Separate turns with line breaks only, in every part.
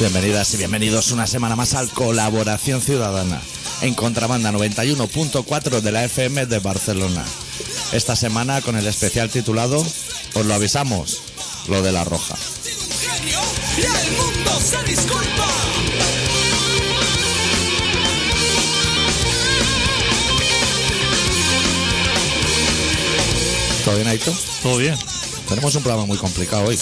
Bienvenidas y bienvenidos una semana más al Colaboración Ciudadana en Contrabanda 91.4 de la FM de Barcelona. Esta semana con el especial titulado Os lo avisamos, lo de la roja.
genio y el mundo se disculpa.
¿Todo bien, Aito?
Todo bien.
Tenemos un programa muy complicado hoy,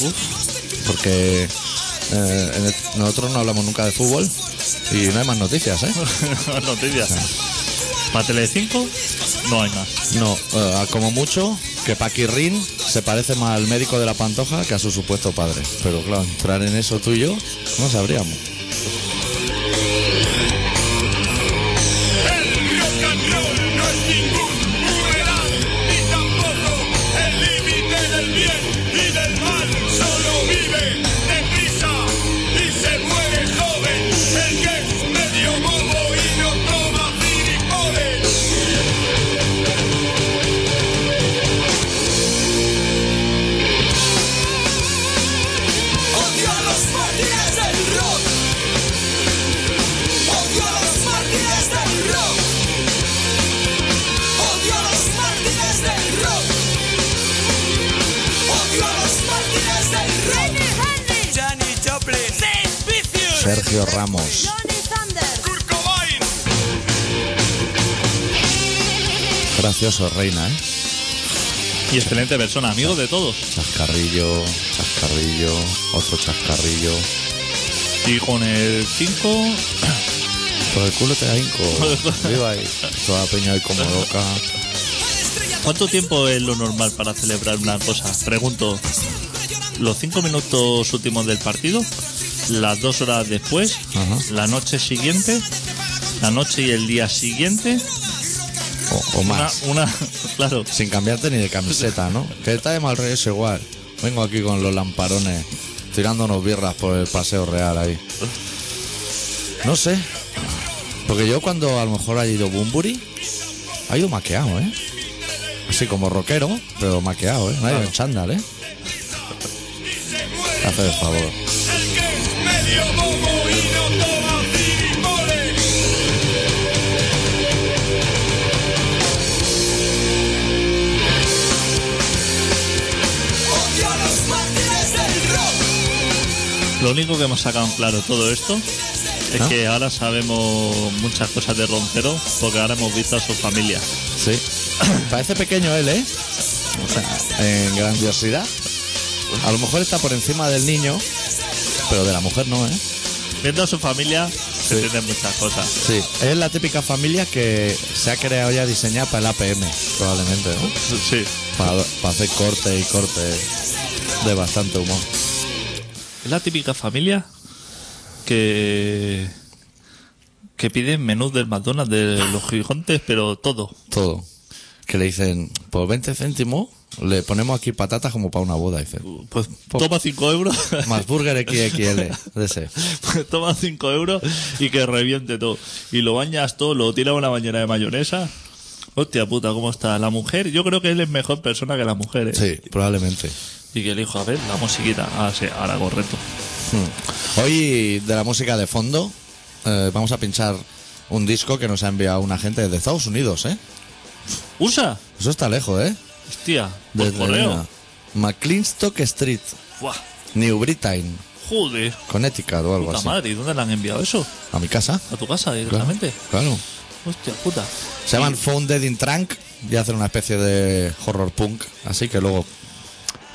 porque eh, en el- nosotros no hablamos nunca de fútbol y no hay más noticias, ¿eh?
Noticias. Para Telecinco no hay más.
No, eh, como mucho que Paquirrin se parece más al médico de la pantoja que a su supuesto padre. Pero claro, entrar en eso tú y yo no sabríamos.
El rock and roll no es ningún boomerang ni tampoco el límite del bien y del mal. Solo vive deprisa y se muere joven. El que es medio bobo y no toma gilipollas. Odio a los mártires del rock. Odio a los mártires del rock. Odio a los mártires del rock. Odio a los mártires del rock. Johnny Joplin. Sex Vicious.
Sergio Ramos.
Johnny Sanders.
Kurt Cobain.
Gracioso, reina, ¿eh?
Y excelente persona, amigo de todos.
Chascarrillo, chascarrillo, otro chascarrillo.
Y con el 5,
Por el culo te da inco. Viva ahí. Toda peña ahí como loca.
¿cuánto tiempo es lo normal para celebrar una cosa? Pregunto, ¿los 5 minutos últimos del partido? ¿Las dos horas después?
Ajá.
¿La noche siguiente? ¿La noche y el día siguiente?
O, o más.
Una, una- claro,
Sin cambiarte ni de camiseta, ¿no? Que está de mal rey es igual. Vengo aquí con los lamparones, tirándonos birras por el paseo real ahí. No sé. Porque yo cuando a lo mejor ha ido Bumburi, ha ido maqueado, ¿eh? Así como rockero, pero maqueado, ¿eh? No ha ido en chándal, ¿eh? Hace el favor.
El que es medio bobo y no toma gilipollas. Odio a los mártires del rock.
lo único que hemos sacado en claro todo esto es
¿Ah?
que ahora sabemos muchas cosas de Roncero porque ahora hemos visto a su familia.
Sí. Parece pequeño él, ¿eh? O sea, en grandiosidad. A lo mejor está por encima del niño, pero de la mujer no, ¿eh?
Viendo a su familia, se entienden muchas cosas.
Sí, es la típica familia que se ha creado ya diseñada para el APM, probablemente, ¿no?
Sí.
Para, hacer corte y corte de bastante humor.
Es la típica familia que. que piden menús del McDonald's de los gigantes, pero todo.
Todo. Que le dicen, por 20 céntimos le ponemos aquí patatas como para una boda, dicen.
Pues toma 5 euros.
Más burger XXL, de ese.
toma 5 euros y que reviente todo. Y lo bañas todo, lo tiras a una bañera de mayonesa. Hostia puta, ¿cómo está la mujer? Yo creo que él es mejor persona que la mujer, ¿eh?
Sí, probablemente.
Y que el hijo, a ver, la musiquita. Ah, sí, ahora correcto.
Hmm. Hoy, de la música de fondo, eh, vamos a pinchar un disco que nos ha enviado una gente desde Estados Unidos, ¿eh?
¡Usa!
Eso está lejos, ¿eh?
Hostia, por
Desde
correo.
Elena. McClintock Street.
Buah,
New Britain,
joder.
Connecticut o algo
Puta
así.
madre, ¿y dónde le han enviado eso?
A mi casa.
¿A tu casa
Claro,
directamente?
claro.
Hostia puta.
Se llaman Founded in Trunk y hacen una especie de horror punk. Así que luego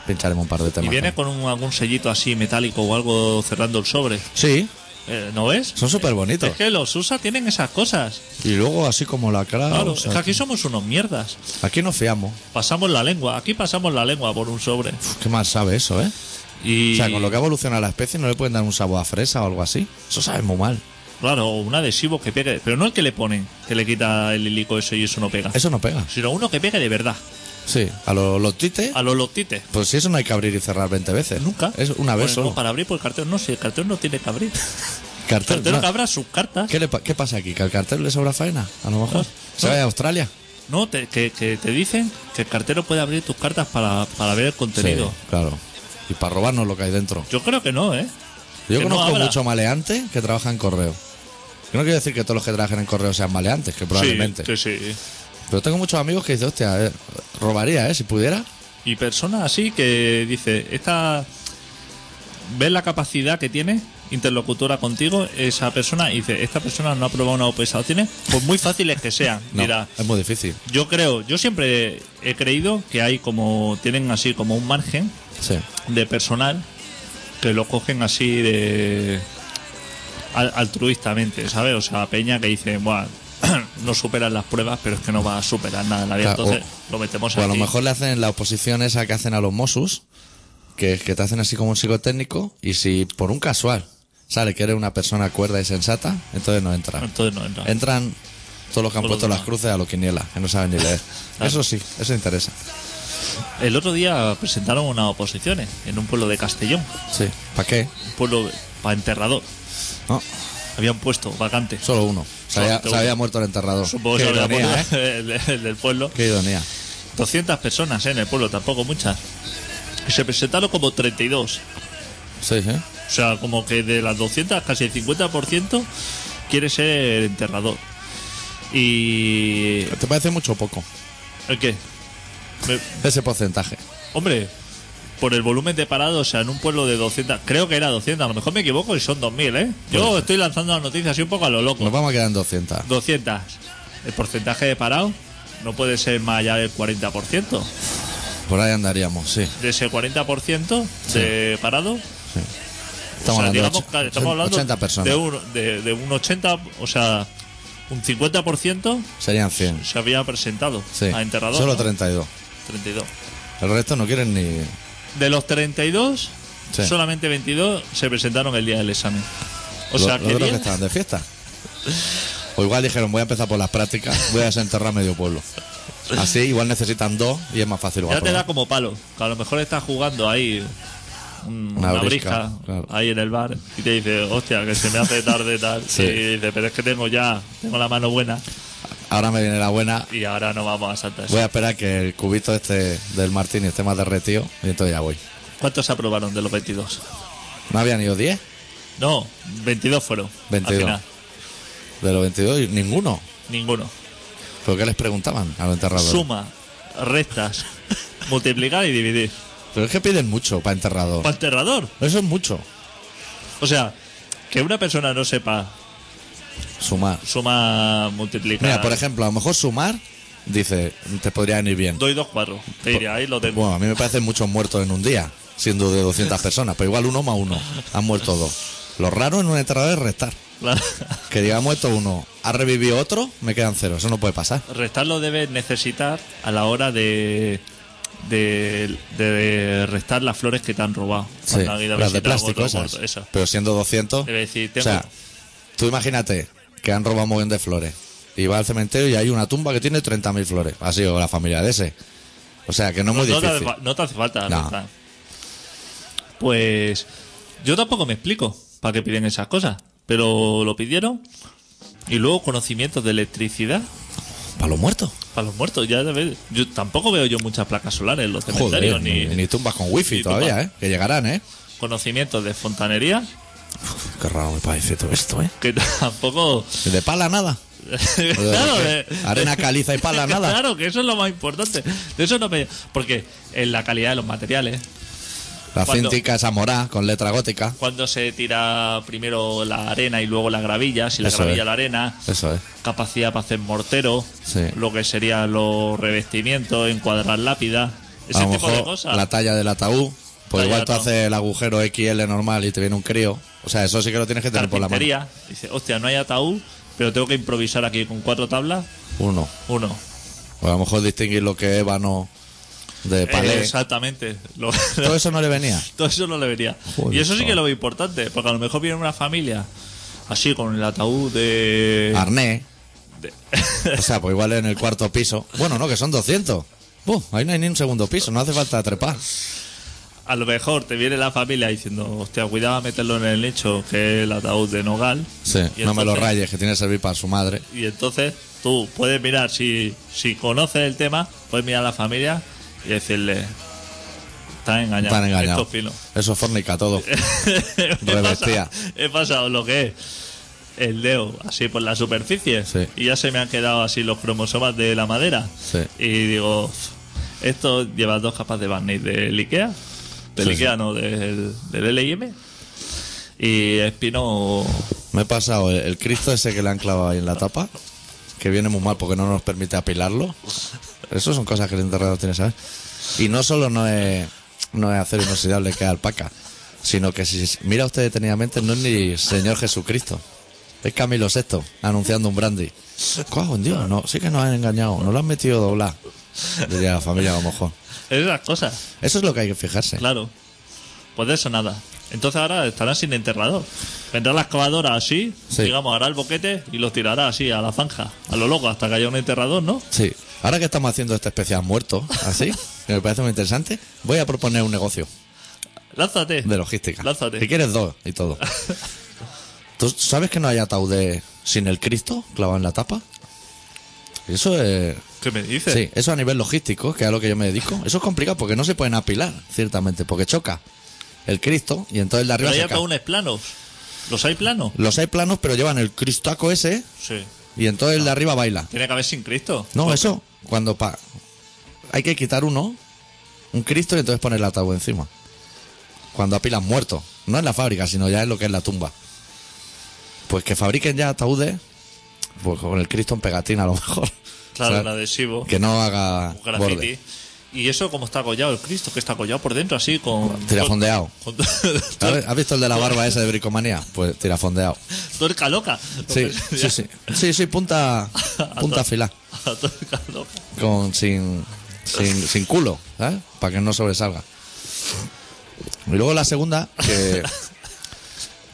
pincharemos un par de temas.
¿Y viene
¿no?
con un- algún sellito así metálico o algo cerrando el sobre?
Sí,
Eh, ¿No ves?
son súper bonitos.
Es que los USA tienen esas cosas.
Y luego así como la cara.
Claro,
o sea,
es que aquí somos unos mierdas.
aquí nos fiamos.
Pasamos la lengua, aquí pasamos la lengua por un sobre.
Uf, ¿Qué mal sabe eso, eh?
Y
O sea, con lo que ha evolucionado la especie no le pueden dar un sabor a fresa o algo así. Eso sabe muy mal.
claro, o un adhesivo que pegue, pero no el que le ponen, que le quita el hilico eso y eso no pega,
Eso no pega.
sino uno que pegue de verdad,
Sí, a los lotites.
a los lotites.
Pues si eso no hay que abrir y cerrar 20 veces.
Nunca.
Es una vez
Bueno,
solo.
no, para abrir por el cartón, no, si el cartón no tiene que abrir. El
Cartel,
cartón
no.
que abra sus cartas.
¿Qué, le pa- qué pasa aquí? ¿Que al cartel le sobra faena? A lo mejor.
No,
¿Se
Ah, no.
vaya a Australia?
No, te- que, que te dicen que el cartero puede abrir tus cartas para, para ver el contenido.
Sí, claro. Y para robarnos lo que hay dentro.
Yo creo que no, ¿eh?
Yo
que no
conozco
habla.
muchos maleantes que trabajan en correo. Yo no quiero decir que todos los que trabajan en correo sean maleantes, que probablemente.
Sí, sí, sí.
Pero tengo muchos amigos que dicen, hostia, eh, robaría, ¿eh? Si pudiera.
Y personas así que dice, esta ves la capacidad que tiene interlocutora contigo, esa persona y dice, esta persona no ha probado una OPS tiene, pues muy fáciles que sean.
No,
Mira,
es muy difícil.
yo creo, yo siempre he creído que hay como tienen así como un margen
Sí.
de personal que lo cogen así de al- altruistamente, ¿sabes? O sea, peña que dice, "Buah, no superan las pruebas, pero es que no va a superar nada en la vida,
Claro,
entonces lo metemos
O a
aquí".
lo mejor le hacen la oposición esa que hacen a los Mossus, que, que te hacen así como un psicotécnico, y si por un casual sale que eres una persona cuerda y sensata, entonces no entra.
Entonces no entra.
Entran todos los que han
Todos los Ah.
puesto las
demás.
cruces a los quiniela, que no saben ni leer. Eso sí, eso interesa.
El otro día presentaron unas oposiciones en un pueblo de Castellón,
Sí. ¿Para qué?
un pueblo para enterrador.
No,
Habían puesto vacante.
solo uno. Se,
Solo
había,
uno.
se había muerto el enterrador.
Supongo que
Qué
se habrá
ironía, ¿eh?
puesto el, el del pueblo.
Qué ironía.
200 personas ¿eh? en el pueblo, tampoco muchas. Y se presentaron como 32.
Sí, ¿eh?
O sea, como que de las 200, casi el 50% quiere ser enterrador. Y...
¿Te parece mucho o poco
¿El qué? Me-
ese porcentaje?
Hombre, por el volumen de parados, o sea, en un pueblo de 200, creo que era 200, a lo mejor me equivoco y son 2000, ¿eh? Yo estoy lanzando las noticias así un poco a lo
Nos
loco.
vamos a quedar en 200.
200. El porcentaje de parados no puede ser más allá del 40%.
Por ahí andaríamos, sí.
De ese 40% de parados,
Estamos
o sea,
hablando, de
digamos,
och-
claro, estamos hablando
80 personas.
De, un, de, de un 80, o sea, un 50%
Serían 100.
se había presentado
Sí.
a enterrador.
Solo
¿no?
32.
32.
El resto no quieren ni.
De los 32,
Sí.
solamente 22 se presentaron el día del examen. O
lo-
sea,
lo
que,
otro que
10
estaban de fiesta. O igual dijeron, voy a empezar por las prácticas, voy a desenterrar medio pueblo. Así, igual necesitan dos y es más fácil.
ya
igual
te da
probar.
como palo. Que a lo mejor estás jugando ahí un-
Una
una,
brisca,
brisca,
claro.
ahí en el bar y te dice, hostia, que se me hace tarde tal.
Sí.
Y dice, pero es que tengo ya, tengo la mano buena
Ahora me viene la buena,
y ahora no vamos a saltar.
voy a esperar que el cubito este del Martini esté más derretido y entonces ya voy.
¿Cuántos se aprobaron de los 22?
No habían ido 10
No, 22 fueron. al
22.
final.
de los 22 y ninguno.
Ninguno.
Ah, ¿Pero qué les preguntaban a los enterradores?
Suma, restas, multiplicar y dividir.
Pero es que piden mucho para enterrador.
Para enterrador.
Eso es mucho.
O sea, que una persona no sepa
Sumar.
suma, multiplicar.
Mira, por ejemplo, a lo mejor sumar, dice, te podrían ir bien.
Doy dos, cuatro. Te diría, ahí lo tengo.
Bueno, a mí me parecen muchos muertos en un día, siendo de 200 personas, pero igual uno más uno, han muerto dos. Lo raro en un enterrador es restar.
La-
Que diga, ha muerto uno, ha revivido otro, me quedan cero. Eso no puede pasar.
Restar lo debes necesitar a la hora de, de, de restar las flores que te han robado.
Sí,
Cuando han ido a
las de
visitar a
plástico
otro
esas.
muerto, esa.
Pero siendo 200,
Debe decir,
o
tengo-
sea, tú imagínate que han robado un montón de flores y va al cementerio y hay una tumba que tiene 30.000 flores. Ha sido la familia de ese. O sea, que no es muy
no, te hace,
difícil.
fa- no te hace falta
No.
restar. Pues yo tampoco me explico para qué piden esas cosas, pero lo pidieron. Y luego conocimientos de electricidad
Para los muertos.
para los muertos. Ya ves, yo tampoco veo yo muchas placas solares en los cementerios
Joder, ni,
ni,
ni tumbas con wifi
ni
todavía,
tumbas.
¿eh? Que llegarán, ¿eh?
conocimientos de fontanería
Pues Qué raro me parece todo esto, ¿eh?
que tampoco
De pala nada.
claro, de-
Arena caliza y pala nada.
Claro, que eso es lo más importante. De eso no me. Porque en la calidad de los materiales,
La
Cuando-
cintica esa morada con letra gótica.
cuando se tira primero la arena y luego la gravilla, si la
Eso
gravilla
es.
la arena,
Eso es.
capacidad para hacer mortero,
Sí.
lo que serían los revestimientos, encuadrar lápida, ese
a lo
tipo de
mejor
cosas.
la talla del ataúd. Pues
Talla
igual
del
tú
ataúd.
haces el agujero XL normal y te viene un crío. O sea, eso sí que lo tienes que tener por la mano.
Carpintería, dice, hostia, no hay ataúd, pero tengo que improvisar aquí con cuatro tablas,
Uno.
uno.
O a lo mejor distinguir lo que es ébano
Eh,
de palé.
Exactamente. Lo-
Todo eso no le venía.
Todo eso no le vería.
Joder,
y eso sí
chaval.
que lo veo importante, porque a lo mejor viene una familia así con el ataúd de.
Arné.
de-
O sea, pues igual en el cuarto piso. Bueno, no, que son 200. Buh, ahí no hay ni un segundo piso, no hace falta trepar.
a lo mejor te viene la familia diciendo, hostia, cuidado a meterlo en el lecho, que es el ataúd de Nogal.
Sí,
Y
no me lo
entonces-
rayes, que tiene que servir para su madre.
Y entonces tú puedes mirar, si, si conoces el tema, puedes mirar a la familia y decirle, Están engañados.
Están engañados.
Estos pinos.
Eso fornica todo.
he,
Revestía.
pasado, he pasado lo que es el dedo así por la superficie
Sí.
y ya se me han quedado así los cromosomas de la madera.
Sí.
Y digo, esto lleva dos capas de barniz del Ikea, del
Sí, sí.
Ikea no, del, del LM. Y es pino
Me he pasado el, el Cristo ese que le han clavado ahí en la tapa, que viene muy mal porque no nos permite apilarlo. Eso son cosas que el enterrador tiene que saber. Y no solo no es, no es acero inoxidable que es alpaca, sino que si mira usted detenidamente no es ni Señor Jesucristo. Es Camilo VI anunciando un brandy. Cuajo en Dios, no, sí que nos han engañado, nos lo han metido doblar. Diría la familia a lo mejor.
esas cosas,
Eso es lo que hay que fijarse.
claro. Pues de eso nada. Entonces ahora estarán sin enterrador. Vendrá la excavadora así,
Sí.
digamos, hará el boquete y los tirará así a la zanja, a lo loco, hasta que haya un enterrador, ¿no?
Sí. Ahora que estamos haciendo este especial muerto, así, que me parece muy interesante, voy a proponer un negocio.
Lánzate.
De logística.
Lánzate.
Si quieres dos y todo. ¿Tú sabes que no hay ataúdes sin el Cristo clavado en la tapa? Eso es.
¿Qué me dices?
Sí, eso a nivel logístico, que es a lo que yo me dedico. Eso es complicado porque no se pueden apilar, ciertamente, porque choca el Cristo y entonces el de
Pero
arriba
hay
se cae.
ataúdes planos. ¿Los hay planos?
Los hay planos, pero llevan el cristaco ese
Sí.
y entonces el de arriba baila.
Tiene que haber sin Cristo. Pues,
No, eso, cuando pa. Hay que quitar uno, un Cristo, y entonces poner el ataúd encima. Cuando apilan muertos. No en la fábrica, sino ya en lo que es la tumba. Pues que fabriquen ya ataúdes, pues con el Cristo en pegatina a lo mejor.
Claro,
O sea,
el adhesivo.
Que no haga
un graffiti.
borde.
Y eso como está collado el Cristo, que está collado por dentro así con...
Tirafondeado.
con- con-
¿Has has visto el de la barba ese de bricomanía? Pues tirafondeado.
Tuerca loca. Pues
Sí, sí, sí. Sí, sí, punta, punta afilada.
Tuerca loca.
con sin, sin, sin culo, ¿sabes? Para que no sobresalga. Y luego la segunda, que,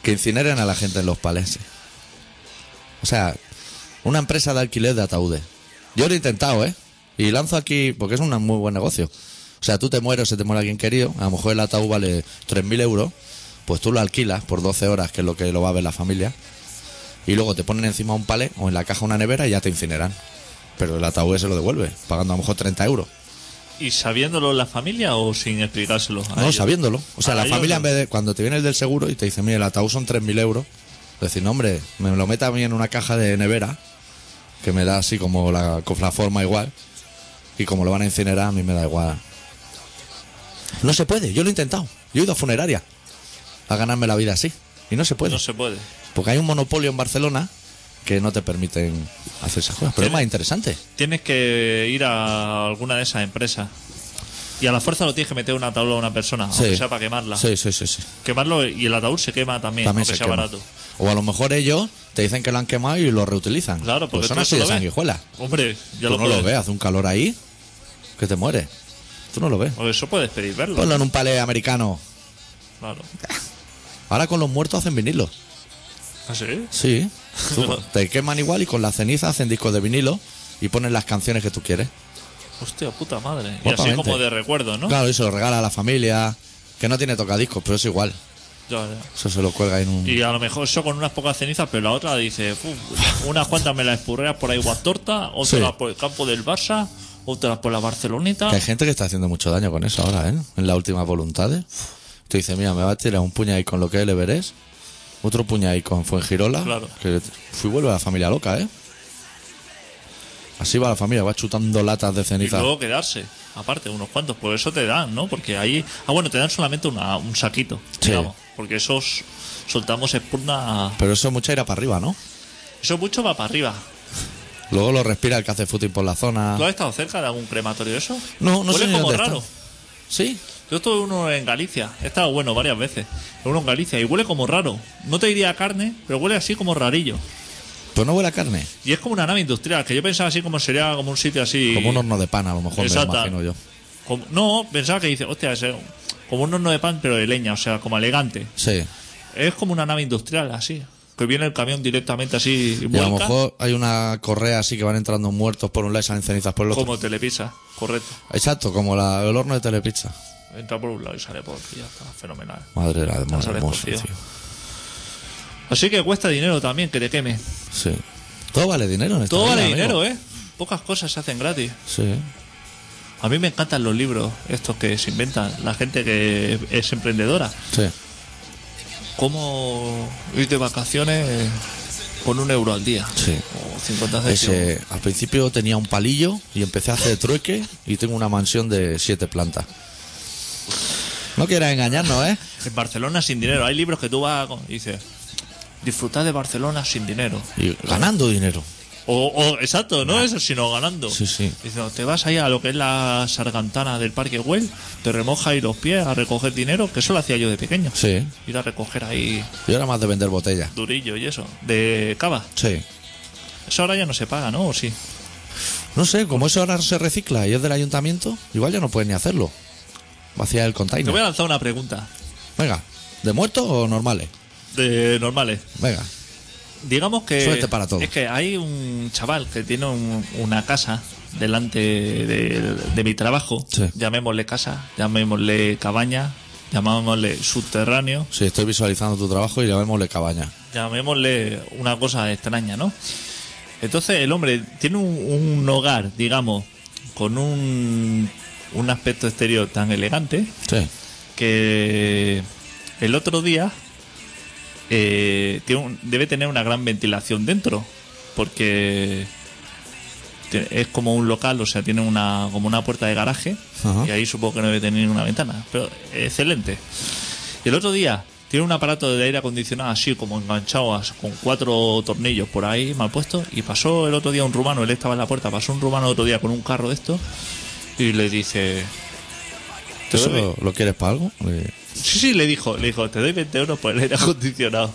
que incineren a la gente en los palés. O sea, una empresa de alquiler de ataúdes. Yo lo he intentado, ¿eh? Y lanzo aquí, porque es un muy buen negocio. O sea, tú te mueres, se te muere alguien querido, a lo mejor el ataúd vale 3.000 euros, pues tú lo alquilas por 12 horas, que es lo que lo va a ver la familia, y luego te ponen encima un palé o en la caja una nevera y ya te incineran. Pero el ataúd se lo devuelve, pagando a lo mejor 30 euros.
¿Y sabiéndolo la familia o sin explicárselo? a
No,
ellos?
sabiéndolo. O sea,
A
la
ellos
familia,
no.
en vez de. Cuando te viene el del seguro y te dice, mire, el ataúd son 3.000 euros, decir, no, hombre, me lo meta a mí en una caja de nevera, que me da así como la, con la forma igual, y como lo van a incinerar, a mí me da igual. No se puede, yo lo he intentado. Yo he ido a funeraria a ganarme la vida así, y no se puede.
No se puede.
Porque hay un monopolio en Barcelona que no te permiten hacer esas cosas. Pero es más interesante.
Tienes que ir a alguna de esas empresas. Y a la fuerza lo tienes que meter una tabla a una persona, aunque sea para quemarla.
Sí, sí, sí, sí.
Quemarlo y el ataúd se quema también,
También
aunque
se
sea
quema.
barato.
O a lo mejor ellos te dicen que lo han quemado y lo reutilizan.
Claro,
pues
porque
son
tú
así
eso
de
lo ves.
sanguijuelas.
Hombre, ya
Tú
lo
no lo
puedes.
ves, hace un calor ahí que te mueres. Tú no lo ves.
Hombre, Eso puedes pedir verlo.
Ponlo en un palé americano.
Claro.
Ahora con los muertos hacen vinilos.
¿Ah, sí?
Sí. Tú- te queman igual y con la ceniza hacen discos de vinilo y ponen las canciones que tú quieres.
Hostia, puta madre. Y así
Guapamente.
como de recuerdo, ¿no?
Claro, y se lo regala a la familia, que no tiene tocadiscos, pero es igual.
Ya, ya.
Eso se lo cuelga en un...
Y a lo mejor eso con unas pocas cenizas, pero la otra dice, "Uf, unas cuantas me las espurreas por ahí Guastorta,
Sí.
otras por el campo del Barça, otras por la Barceloneta.
Que hay gente que está haciendo mucho daño con eso ahora, ¿eh? En las últimas voluntades. Te dice, mira, me va a tirar un puño ahí con lo que es el Everest, otro puño ahí con Fuengirola.
Claro.
Que fui vuelve a la familia loca, ¿eh? Así va la familia, va chutando latas de
Y
ceniza.
luego quedarse, aparte, unos cuantos, por eso te dan, ¿no? Porque ahí, ah, bueno, te dan solamente una- un saquito,
Sí.
digamos, porque esos soltamos espurna,
Pero eso es mucha ira para arriba, ¿no?
eso mucho va para arriba.
Luego lo respira el que hace footing por la zona.
¿Tú has estado cerca de algún crematorio de eso?
No, no sé
Huele
ni
como
dónde está.
raro.
Sí,
Yo estuve uno en Galicia, he estado bueno varias veces, en uno en Galicia y huele como raro. No te diría a carne, pero huele así como rarillo.
pero pues no huele a carne.
Y es como una nave industrial, que yo pensaba así como sería como un sitio así.
Como un horno de pan, a lo mejor, me
Exacto.
lo imagino yo.
como- no, pensaba que dice, hostia, es, eh, como un horno de pan, pero de leña, o sea, como elegante.
Sí.
Es como una nave industrial, así. Que viene el camión directamente así,
Y a lo
vuelca,
mejor hay una correa así que van entrando muertos por un lado y salen cenizas por el otro.
como telepisa, correcto.
Exacto, como la- el horno de Telepizza.
Entra por un lado y sale por otro, y ya está, fenomenal.
Madre de la
Ya
madre
sabes,
hermosa,
cocido.
tío.
Así que cuesta dinero también que te queme.
Sí. Todo vale dinero ¿eh? en esta
Todo
vida,
vale
amigo.
dinero, ¿eh? Pocas cosas se hacen gratis.
Sí.
A mí me encantan los libros estos que se inventan, la gente que es emprendedora.
Sí.
¿Cómo ir de vacaciones con un euro al día?
Sí.
O 50 céntimos.
Ese, al principio tenía un palillo y empecé a hacer trueque y tengo una mansión de siete plantas. No quieras engañarnos, ¿eh?
En Barcelona sin dinero. Hay libros que tú vas a- y dices, disfrutar de Barcelona sin dinero.
Y ganando dinero.
O, o- exacto, no eso, sino ganando.
Sí, sí.
Diciendo, te vas ahí a lo que es la sargantana del Parque Güell, te remojas ahí los pies a recoger dinero, que eso lo hacía yo de pequeño.
Sí.
Ir a recoger ahí
Yo era más de vender botellas.
durillo y eso, de cava.
Sí.
Eso ahora ya no se paga, ¿no? ¿O sí?
No sé, como eso ahora se recicla y es del ayuntamiento, igual ya no puedes ni hacerlo. Vacía el
Te voy
container.
a lanzar una pregunta
Venga, ¿de muertos o normales?
de normales.
Venga.
Digamos que.
Suerte para todos.
Es que hay un chaval que tiene un- una casa delante de, de mi trabajo.
Sí.
Llamémosle casa, llamémosle cabaña, llamémosle subterráneo,
Sí, estoy visualizando tu trabajo y llamémosle cabaña.
llamémosle una cosa extraña, ¿no? Entonces el hombre tiene un, un hogar, digamos, con un, un aspecto exterior tan elegante
Sí.
que el otro día eh, tiene un- debe tener una gran ventilación dentro porque te- es como un local, o sea, tiene una como una puerta de garaje
Ajá.
y ahí supongo que no debe tener una ventana, pero excelente. Y el otro día tiene un aparato de aire acondicionado así como enganchado as- con cuatro tornillos por ahí mal puesto y pasó el otro día un rumano, él estaba en la puerta, pasó un rumano el otro día con un carro de esto y le dice "Te
¿Eso
doy-
lo, lo quieres para algo? Eh,
Sí, sí, le dijo, le dijo, te doy 20 euros por el aire acondicionado.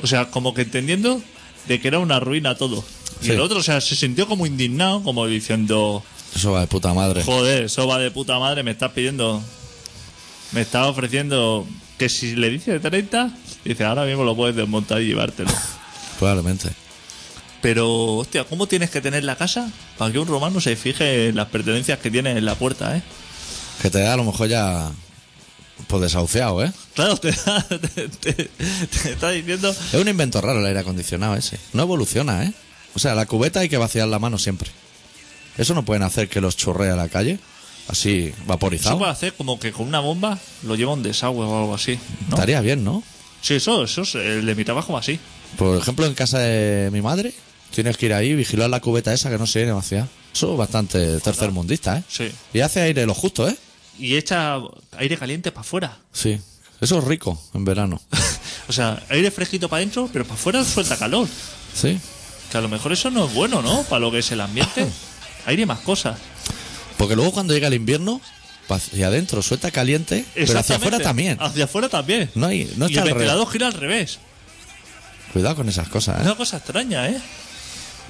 O sea, como que entendiendo de que era una ruina todo. Y
Sí.
el otro, o sea, se sintió como indignado, como diciendo,
Eso va de puta madre.
joder, eso va de puta madre, me estás pidiendo, me estás ofreciendo que si le dices 30, dice, ahora mismo lo puedes desmontar y llevártelo.
Probablemente.
Pero, hostia, ¿cómo tienes que tener la casa para que un romano se fije en las pertenencias que tiene en la puerta, eh?
Que te da a lo mejor ya. Pues desahuciado, ¿eh?
Claro, te, te- te- te está diciendo
Es un invento raro el aire acondicionado ese. No evoluciona, ¿eh? O sea, la cubeta hay que vaciar la mano siempre. Eso no pueden hacer que los chorree a la calle. Así,
Eso
vaporizado.
puede hacer como que con una bomba lo lleva a un desagüe o algo así, ¿no?
Estaría bien, ¿no?
Sí, eso, eso es eh, el de mi trabajo va así.
Por ejemplo, en casa de mi madre, tienes que ir ahí y vigilar la cubeta esa que no se viene vaciar. Eso es bastante tercermundista, ¿eh?
Sí.
Y hace aire lo justo, ¿eh?
Y echa aire caliente para afuera.
Sí. Eso es rico en verano.
O sea, aire fresquito para adentro, pero para afuera suelta calor.
Sí.
Que a lo mejor eso no es bueno, ¿no? Para lo que es el ambiente. Aire más cosas.
Porque luego cuando llega el invierno, hacia adentro suelta caliente, pero hacia
Exactamente.
afuera también.
Hacia afuera también.
No hay, no
y el
está al revés.
ventilador gira al revés.
Cuidado con esas cosas, ¿eh?
Una cosa extraña, ¿eh?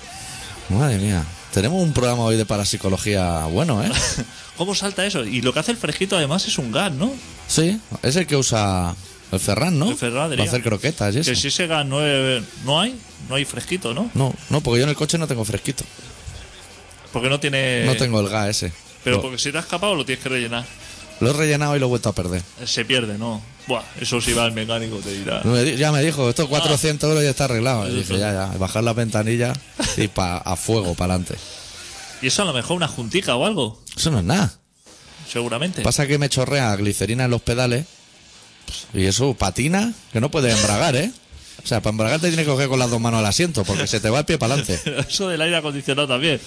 Madre mía. Tenemos un programa hoy de parapsicología bueno, ¿eh?
¿Cómo salta eso? Y lo que hace el fresquito además es un gas, ¿no?
Sí, es el que usa el Ferran, ¿no?
El Ferran, diría.
Para hacer croquetas y eso.
Que si ese gas no, es- no hay, no hay fresquito, ¿no?
No, no, porque yo en el coche no tengo fresquito.
Porque no tiene...
No tengo el gas ese.
Eh. Pero
lo,
porque si te has escapado lo tienes que rellenar.
lo he rellenado y lo he vuelto a perder.
Eh, Se pierde, ¿no. Buah, eso si va el mecánico te dirá.
Me di- Ya me dijo,
Ah.
estos 400 euros ya está arreglado. Y dije, ya, ya, bajar la ventanilla y pa, a fuego, para adelante.
Y eso a lo mejor una juntica o algo,
Eso no es nada.
seguramente.
Pasa que me chorrea glicerina en los pedales pues, y eso patina, que no puedes embragar, ¿eh? O sea, para embragar te tienes que coger con las dos manos al asiento porque se te va el pie para adelante.
Pero eso del aire acondicionado también.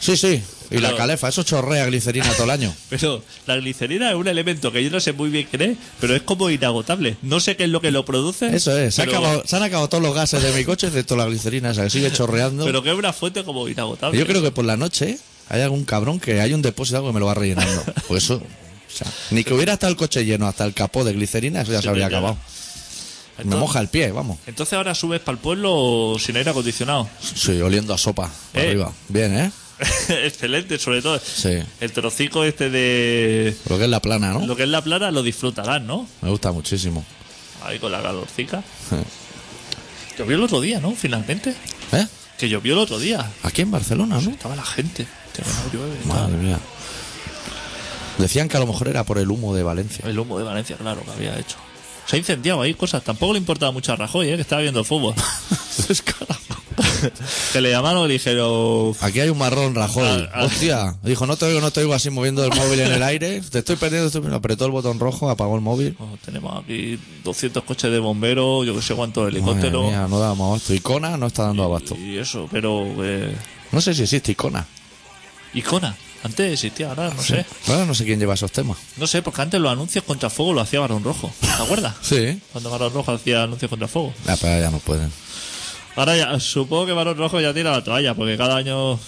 Sí, sí. Y la
Claro.
calefa, eso chorrea glicerina todo el año.
Pero la glicerina es un elemento que yo no sé muy bien qué es, pero es como inagotable. No sé qué es lo que lo produce.
Eso es. Se,
pero,
ha acabado- se han acabado todos los gases de mi coche excepto la glicerina esa que sigue chorreando.
pero que es una fuente como
Y
inagotable.
Yo creo que por la noche hay algún cabrón que hay un depósito algo que me lo va rellenando. Pues eso. o sea, ni que hubiera estado el coche lleno hasta el capó de glicerina, eso ya se habría
ya.
acabado. Me
Entonces-
moja el pie, vamos.
Entonces ahora subes para el pueblo sin aire acondicionado.
Sí, oliendo a sopa. para
Eh.
Arriba. Bien, ¿eh?
Excelente, sobre todo.
Sí.
El trocico este de
Lo que es la plana, ¿no?
lo que es la plana lo disfrutarás, ¿no?
Me gusta muchísimo.
Ahí con la calorcica. Llovió el otro día, ¿no? Finalmente.
¿Eh?
Que llovió el otro día.
Aquí en Barcelona, ¿no?
Estaba la gente. Tío, que no llueve,
Madre mía. Decían que a lo mejor era por el humo de Valencia.
tal. El humo de Valencia, claro, que había hecho. Se ha incendiado ahí cosas. Tampoco le importaba mucho a Rajoy, ¿eh? que estaba viendo el fútbol.
Descarado.
que le llamaron y le dijeron.
Aquí hay un marrón, Rajoy.
Ah, ah.
Hostia. Dijo, no te oigo, no te oigo así moviendo el móvil en el aire. Te estoy perdiendo. estoy perdiendo. Apretó el botón rojo, apagó el móvil.
"Oh, tenemos aquí 200 coches de bomberos, yo que sé cuántos
Madre
helicópteros.
mía, no damos abasto. Icona no está dando abasto.
Y eso, pero. eh,
No sé si existe Icona.
Icona. Antes existía, ahora no sé.
Ahora no sé quién lleva esos temas.
No sé, porque antes los anuncios contra fuego lo hacía Barón Rojo. ¿Te acuerdas?
Sí.
Cuando Barón Rojo hacía anuncios contra fuego.
Ah, pero ahora ya no pueden.
Ahora ya, supongo que Barón Rojo ya tira la toalla, porque cada año,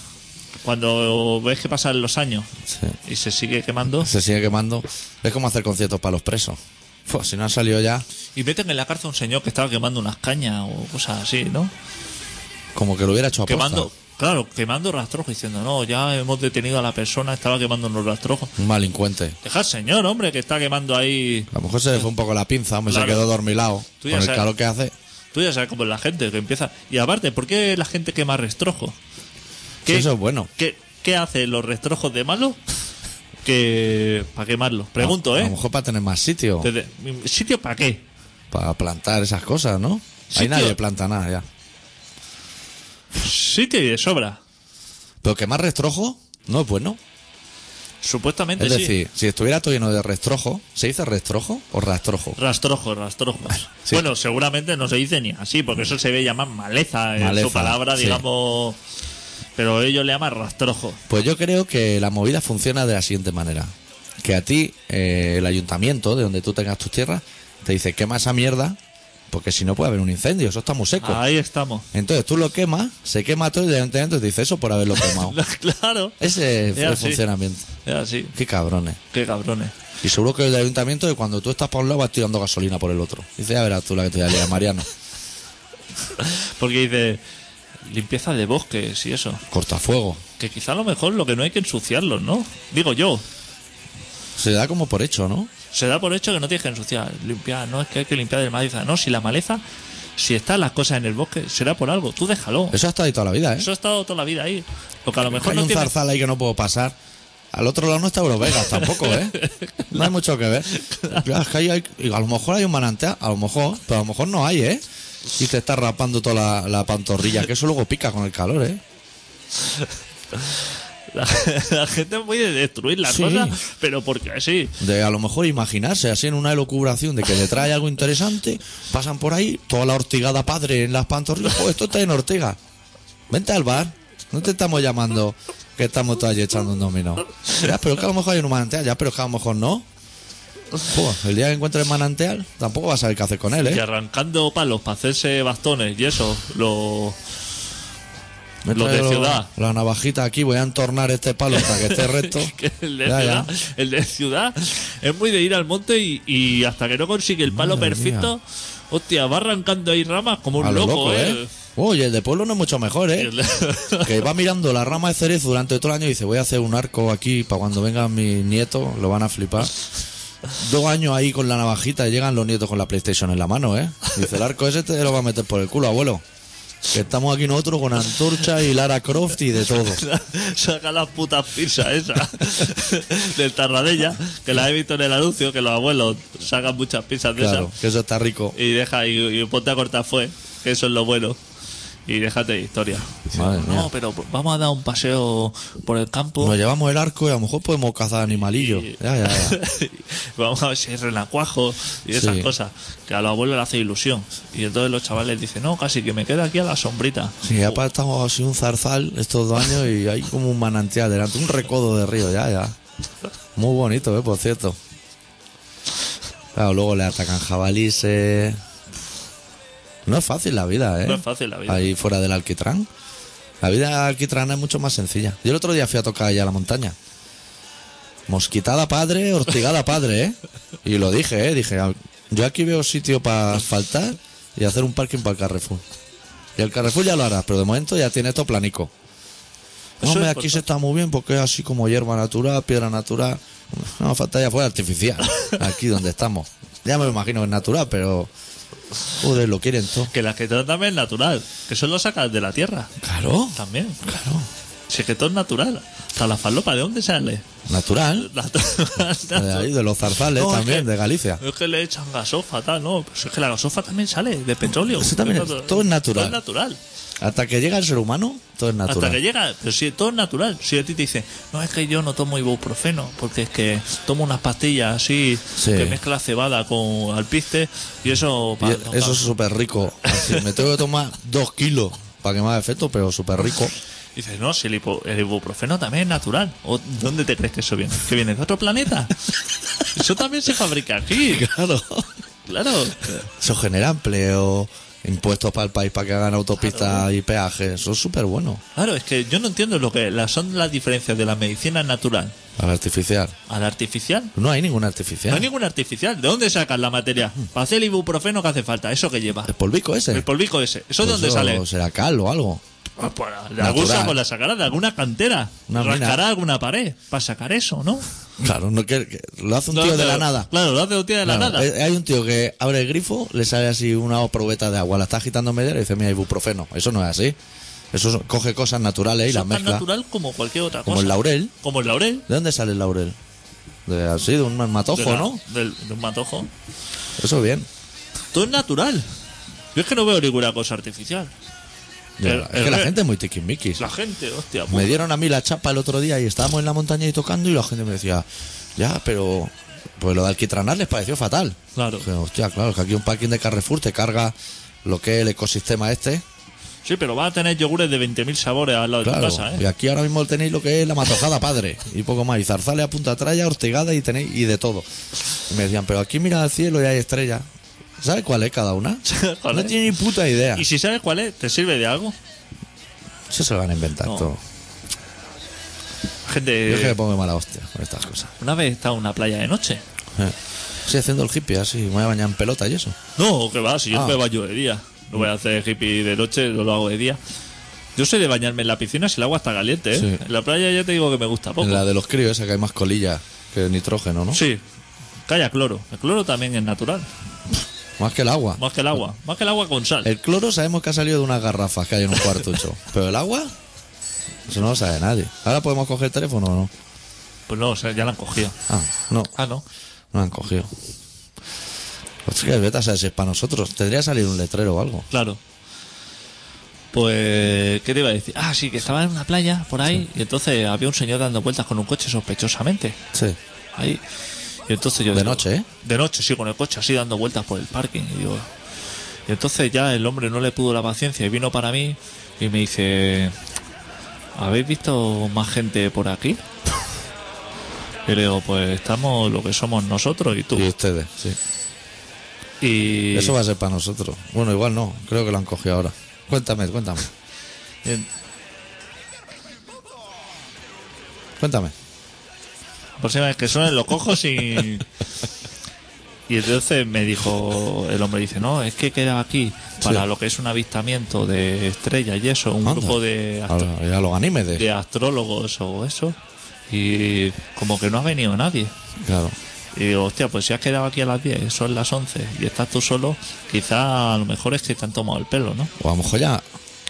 cuando ves que pasan los años
Sí.
y se sigue quemando,
Se sigue quemando. Es como hacer conciertos para los presos. Fua, si no han salido ya,
y meten en la cárcel a un señor que estaba quemando unas cañas o cosas así, ¿no?
como que lo hubiera hecho a posta.
Quemando, claro, quemando rastrojos, diciendo, no, ya hemos detenido a la persona, estaba quemando unos rastrojos.
Un malincuente.
Deja al señor, hombre, que está quemando ahí.
A lo mejor se le fue un poco la pinza, hombre, se
Claro.
quedó dormilado.
Tú
Con
ya
el
sabes.
calor que hace.
Tú ya sabes cómo es la gente, que empieza. Y aparte, ¿por qué la gente quema rastrojos?
Sí, eso es bueno.
¿Qué, qué hacen los rastrojos de malo? Que. para quemarlos. Pregunto,
A-
¿eh?
A lo mejor para tener más sitio.
Desde- ¿Sitio para qué?
Para plantar esas cosas, ¿no? Ahí
Sitio.
nadie planta nada ya.
Sitio y de sobra.
Pero quemar restrojo no es bueno.
Supuestamente
Es
sí.
decir, si estuviera todo lleno de restrojo, ¿se dice restrojo o rastrojo?
Rastrojos, rastrojos.
Sí.
Bueno, seguramente no se dice ni así, porque eso se ve llamar maleza, en
Maleza,
su palabra,
sí.
digamos. Pero ellos le llaman rastrojo.
Pues yo creo que la movida funciona de la siguiente manera. Que a ti, eh, el ayuntamiento de donde tú tengas tus tierras, te dice quema esa mierda, porque si no puede haber un incendio, eso está muy seco.
Ahí estamos.
Entonces tú lo quemas, se quema todo y el ayuntamiento te dice eso por haberlo quemado.
claro.
Ese es
Es
el
así.
funcionamiento.
Es así.
Qué cabrones.
Qué cabrones.
Y seguro que el ayuntamiento que cuando tú estás para un lado vas tirando gasolina por el otro. Dice, ya verás tú la que te voy a liar, Mariano.
Porque dice. Limpieza de bosques y eso.
Cortafuego.
Que quizá a lo mejor lo que no hay que ensuciarlos, ¿no? Digo yo.
Se da como por hecho, ¿no?
Se da por hecho que no tienes que ensuciar, limpiar, no es que hay que limpiar de maleza, no, si la maleza, si están las cosas en el bosque, será por algo, tú déjalo.
Eso ha estado ahí toda la vida, ¿eh?
Eso ha estado toda la vida ahí. Porque a lo mejor
Hay
no
un
tienes.
zarzal ahí que no puedo pasar. Al otro lado no está Eurovegas tampoco, ¿eh? No hay mucho que ver. Claro, es que ahí hay- y a lo mejor hay un manantial, a lo mejor, pero a lo mejor no hay, ¿eh? Y te está rapando toda la, la pantorrilla, que eso luego pica con el calor, ¿eh?
La, la gente puede destruir las
Sí.
cosas, pero porque sí.
De a lo mejor imaginarse así en una elucubración de que le trae algo interesante, pasan por ahí, toda la hortigada padre en las pantorrillas. Joder, esto está en Ortega. Vente al bar. No te estamos llamando que estamos todos allí echando un dominó. Ya, pero es que a lo mejor hay un manantial, ya, pero es que a lo mejor no. Joder, el día que encuentres manantial, tampoco vas a saber qué hacer con él,
Y
¿eh?
arrancando palos para hacerse bastones y eso, lo.
Me
los de
traigo
ciudad.
La navajita aquí, voy a entornar este palo hasta que esté recto.
que el, de
Ya,
ciudad,
ya.
el de ciudad es muy de ir al monte y, y hasta que no consigue el palo
Madre
perfecto, hostia, va arrancando ahí ramas como un
A lo
loco,
loco,
¿eh?
¿eh? Oye, el de pueblo no es mucho mejor, ¿eh?
El de-
que va mirando la rama de cerezo durante todo el año y dice, voy a hacer un arco aquí para cuando vengan mis nietos, lo van a flipar. Dos años ahí con la navajita y llegan los nietos con la PlayStation en la mano, ¿eh? Dice, el arco ese te lo va a meter por el culo, abuelo. Que estamos aquí nosotros con antorcha y Lara Croft y de todo.
Saca las putas pizzas esas del Tarradella, que las he visto en el anuncio, que los abuelos sacan muchas pizzas de
Claro,
esas
que eso está rico.
y deja y, y ponte a cortar fue, que eso es lo bueno. Y déjate de historia.
Madre
no,
mía.
pero vamos a dar un paseo por el campo.
Nos llevamos el arco y a lo mejor podemos cazar animalillos. Ya, ya, ya.
Vamos a ver si hay renacuajo y esas
Sí.
cosas. Que a los abuelos le hace ilusión. Y entonces los chavales dicen, no, casi que me quedo aquí a la sombrita.
Sí, ya pa- estamos así un zarzal estos dos años y hay como un manantial delante, un recodo de río, ya, ya. Muy bonito, ¿eh? Por cierto. Claro, luego le atacan jabalises. No es fácil la vida, ¿eh?
No es fácil la vida.
Ahí fuera del alquitrán. La vida alquitrana es mucho más sencilla. Yo el otro día fui a tocar allá a la montaña. Mosquitada padre, hortigada padre, ¿eh? Y lo dije, ¿eh? Dije, "Ah, yo aquí veo sitio para asfaltar y hacer un parking para el Carrefour. Y el Carrefour ya lo harás, pero de momento ya tiene esto planico. No,
Eso
hombre,
es
aquí se está muy bien porque es así como hierba natural, piedra natural. No, falta ya fuera artificial, aquí donde estamos. Ya me lo imagino que es natural, pero... Joder, lo quieren todo.
Que las que tratan es natural, que eso lo sacas de la tierra.
Claro.
También.
Claro.
Si es que todo es natural. Hasta la falopa, ¿de dónde sale?
Natural.
Natural,
De ahí, de los zarzales
No, es
también,
que-
de Galicia.
Es que le echan gasofa, tal, no. Pero si es que la gasofa también sale de petróleo.
Eso también es-
Todo-
todo es natural.
Todo es natural.
Hasta que llega el ser humano, todo es natural.
Hasta que llega, pero si todo es natural. Si a ti te dicen, no es que yo no tomo ibuprofeno, porque es que tomo unas pastillas así
Sí.
que mezcla cebada con alpiste y eso. pa-
Y
no,
eso
pa-
es súper rico. Así, me tengo que tomar dos kilos para que me haga efecto, pero súper rico.
y dices, no, si el, hipo- el ibuprofeno también es natural. ¿O ¿Dónde te crees que eso viene? ¿Que viene de otro planeta? eso también se fabrica aquí.
Claro.
Claro.
Eso genera empleo, impuestos para el país para que hagan autopistas y peajes. Eso es súper bueno.
Claro, es que yo no entiendo lo que las- son las diferencias de la medicina natural
Al artificial.
a la artificial.
No hay ningún
No
artificial.
hay ningún artificial. ¿De dónde sacan la materia?
Mm.
Para hacer el ibuprofeno que hace falta, eso que lleva.
El polvico ese.
El polvico ese. ¿Eso
Pues
de dónde
eso
sale?
Será cal o algo.
Ah, pues, de algún
Natural.
saco la sacará, de alguna cantera.
Una mina.
rascará alguna pared para sacar eso, ¿no?
Claro, no que, que lo hace un
Lo
tío de
hace-
la nada.
Claro, lo hace un tío de la
Claro,
nada.
eh, Hay un tío que abre el grifo, le sale así una probeta de agua, la está agitando en medio y dice, mira, ibuprofeno. Eso no es así. Eso es- coge cosas naturales y
Eso
las
es tan
mezcla.
natural como cualquier otra
Como
cosa.
el laurel.
Como el laurel.
¿De dónde sale el laurel? De, así, de un
de
matojo,
la-
¿no?
Del, de un matojo.
Eso bien.
Todo es natural. Yo es que no veo ninguna cosa artificial.
Ya,
El-
es
el
que la
re-
gente es muy tiquismiquis.
La gente, hostia.
Me
puta.
dieron a mí la chapa el otro día y estábamos en la montaña y tocando y la gente me decía, ya, pero... Pues lo de alquitranar les pareció fatal.
Claro.
Dije, hostia, claro, es que aquí un parking de Carrefour te carga lo que es el ecosistema este.
Sí, pero va a tener yogures de 20.000 sabores al lado de
Claro,
tu casa,
y
¿eh?
aquí ahora mismo tenéis lo que es la matojada padre y poco más, y zarzales a punta tralla, ortigada y tenéis y de todo. Y me decían, pero aquí mira al cielo y hay estrellas. ¿Sabes cuál es cada una?
¿Cuál
no
es?
tiene ni puta idea.
Y si sabes cuál es, ¿te sirve de algo?
Eso se lo van a inventar
No.
todo. Yo es que me
Gente,
pongo de mala hostia con estas cosas.
una vez estaba en una playa de noche.
Eh. Estoy haciendo el hippie así, me voy a bañar en pelota y eso.
No, que va, si yo
Ah.
no me baño de día. No voy a hacer hippie de noche, no lo hago de día. Yo soy de bañarme en la piscina si el agua está caliente, ¿eh?
Sí.
En la playa ya te digo que me gusta poco.
En la de los críos, esa que hay más colillas que nitrógeno, ¿no?
Sí, que haya cloro. El cloro también es natural,
Más que el agua.
más que el agua. Más que el agua con sal.
El cloro sabemos que ha salido de unas garrafas que hay en un cuartucho. pero el agua, eso no lo sabe nadie. Ahora podemos coger el teléfono o no.
Pues no, o sea, ya la han cogido.
Ah, no.
Ah, no.
No han cogido. Hostia, vete a saber si es para nosotros. Tendría que salir un letrero o algo.
Claro. Pues, ¿qué te iba a decir? Ah, sí, que estaba en una playa por ahí y entonces había un señor dando vueltas con un coche sospechosamente.
Sí.
Ahí. Y entonces yo
De
digo-
noche, ¿eh?
De noche, sí, con el coche así dando vueltas por el parking. Y, digo- y entonces ya el hombre no le pudo la paciencia y vino para mí y me dice: ¿Habéis visto más gente por aquí? Y le digo: Pues estamos lo que somos nosotros y tú.
Y ustedes, sí.
Y,
Eso va a ser para nosotros. Bueno, igual no. Creo que lo han cogido ahora. Cuéntame, cuéntame.
en-
Cuéntame.
próxima vez que suenen los cojos y... Y entonces me dijo, el hombre dice, no, es que queda aquí para
Sí.
lo que es un avistamiento de estrellas y eso, un
Anda.
grupo de, astro-
Ahora, ya los anímedes.
de astrólogos o eso. Y como que no ha venido nadie.
Claro.
Y digo, hostia, pues si has quedado aquí a las 10, son las 11 y estás tú solo, quizá a lo mejor es que te han tomado el pelo, ¿no?
O a lo mejor ya,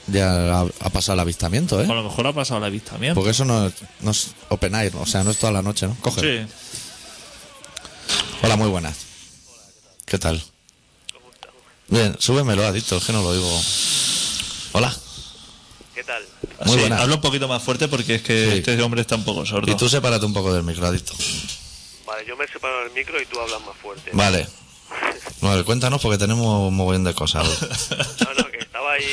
ya ha, ha pasado el avistamiento,
O a
¿eh?
lo mejor ha pasado el avistamiento.
Porque eso no es, no es open air, o sea, no es toda la noche, ¿no? Coge.
Sí.
Hola, muy buenas. ¿Qué tal? Bien, súbemelo, adicto, es que no lo digo. Hola.
¿Qué tal?
Muy
Sí,
buena.
Habla un poquito más fuerte porque es que
Sí.
este hombre está un poco sordo.
Y tú sepárate un poco del micro, adicto.
Vale, yo me separo del micro y tú hablas más fuerte.
Vale. Vale, cuéntanos porque tenemos un mogollón de cosas. hoy.
No, no, que estaba ahí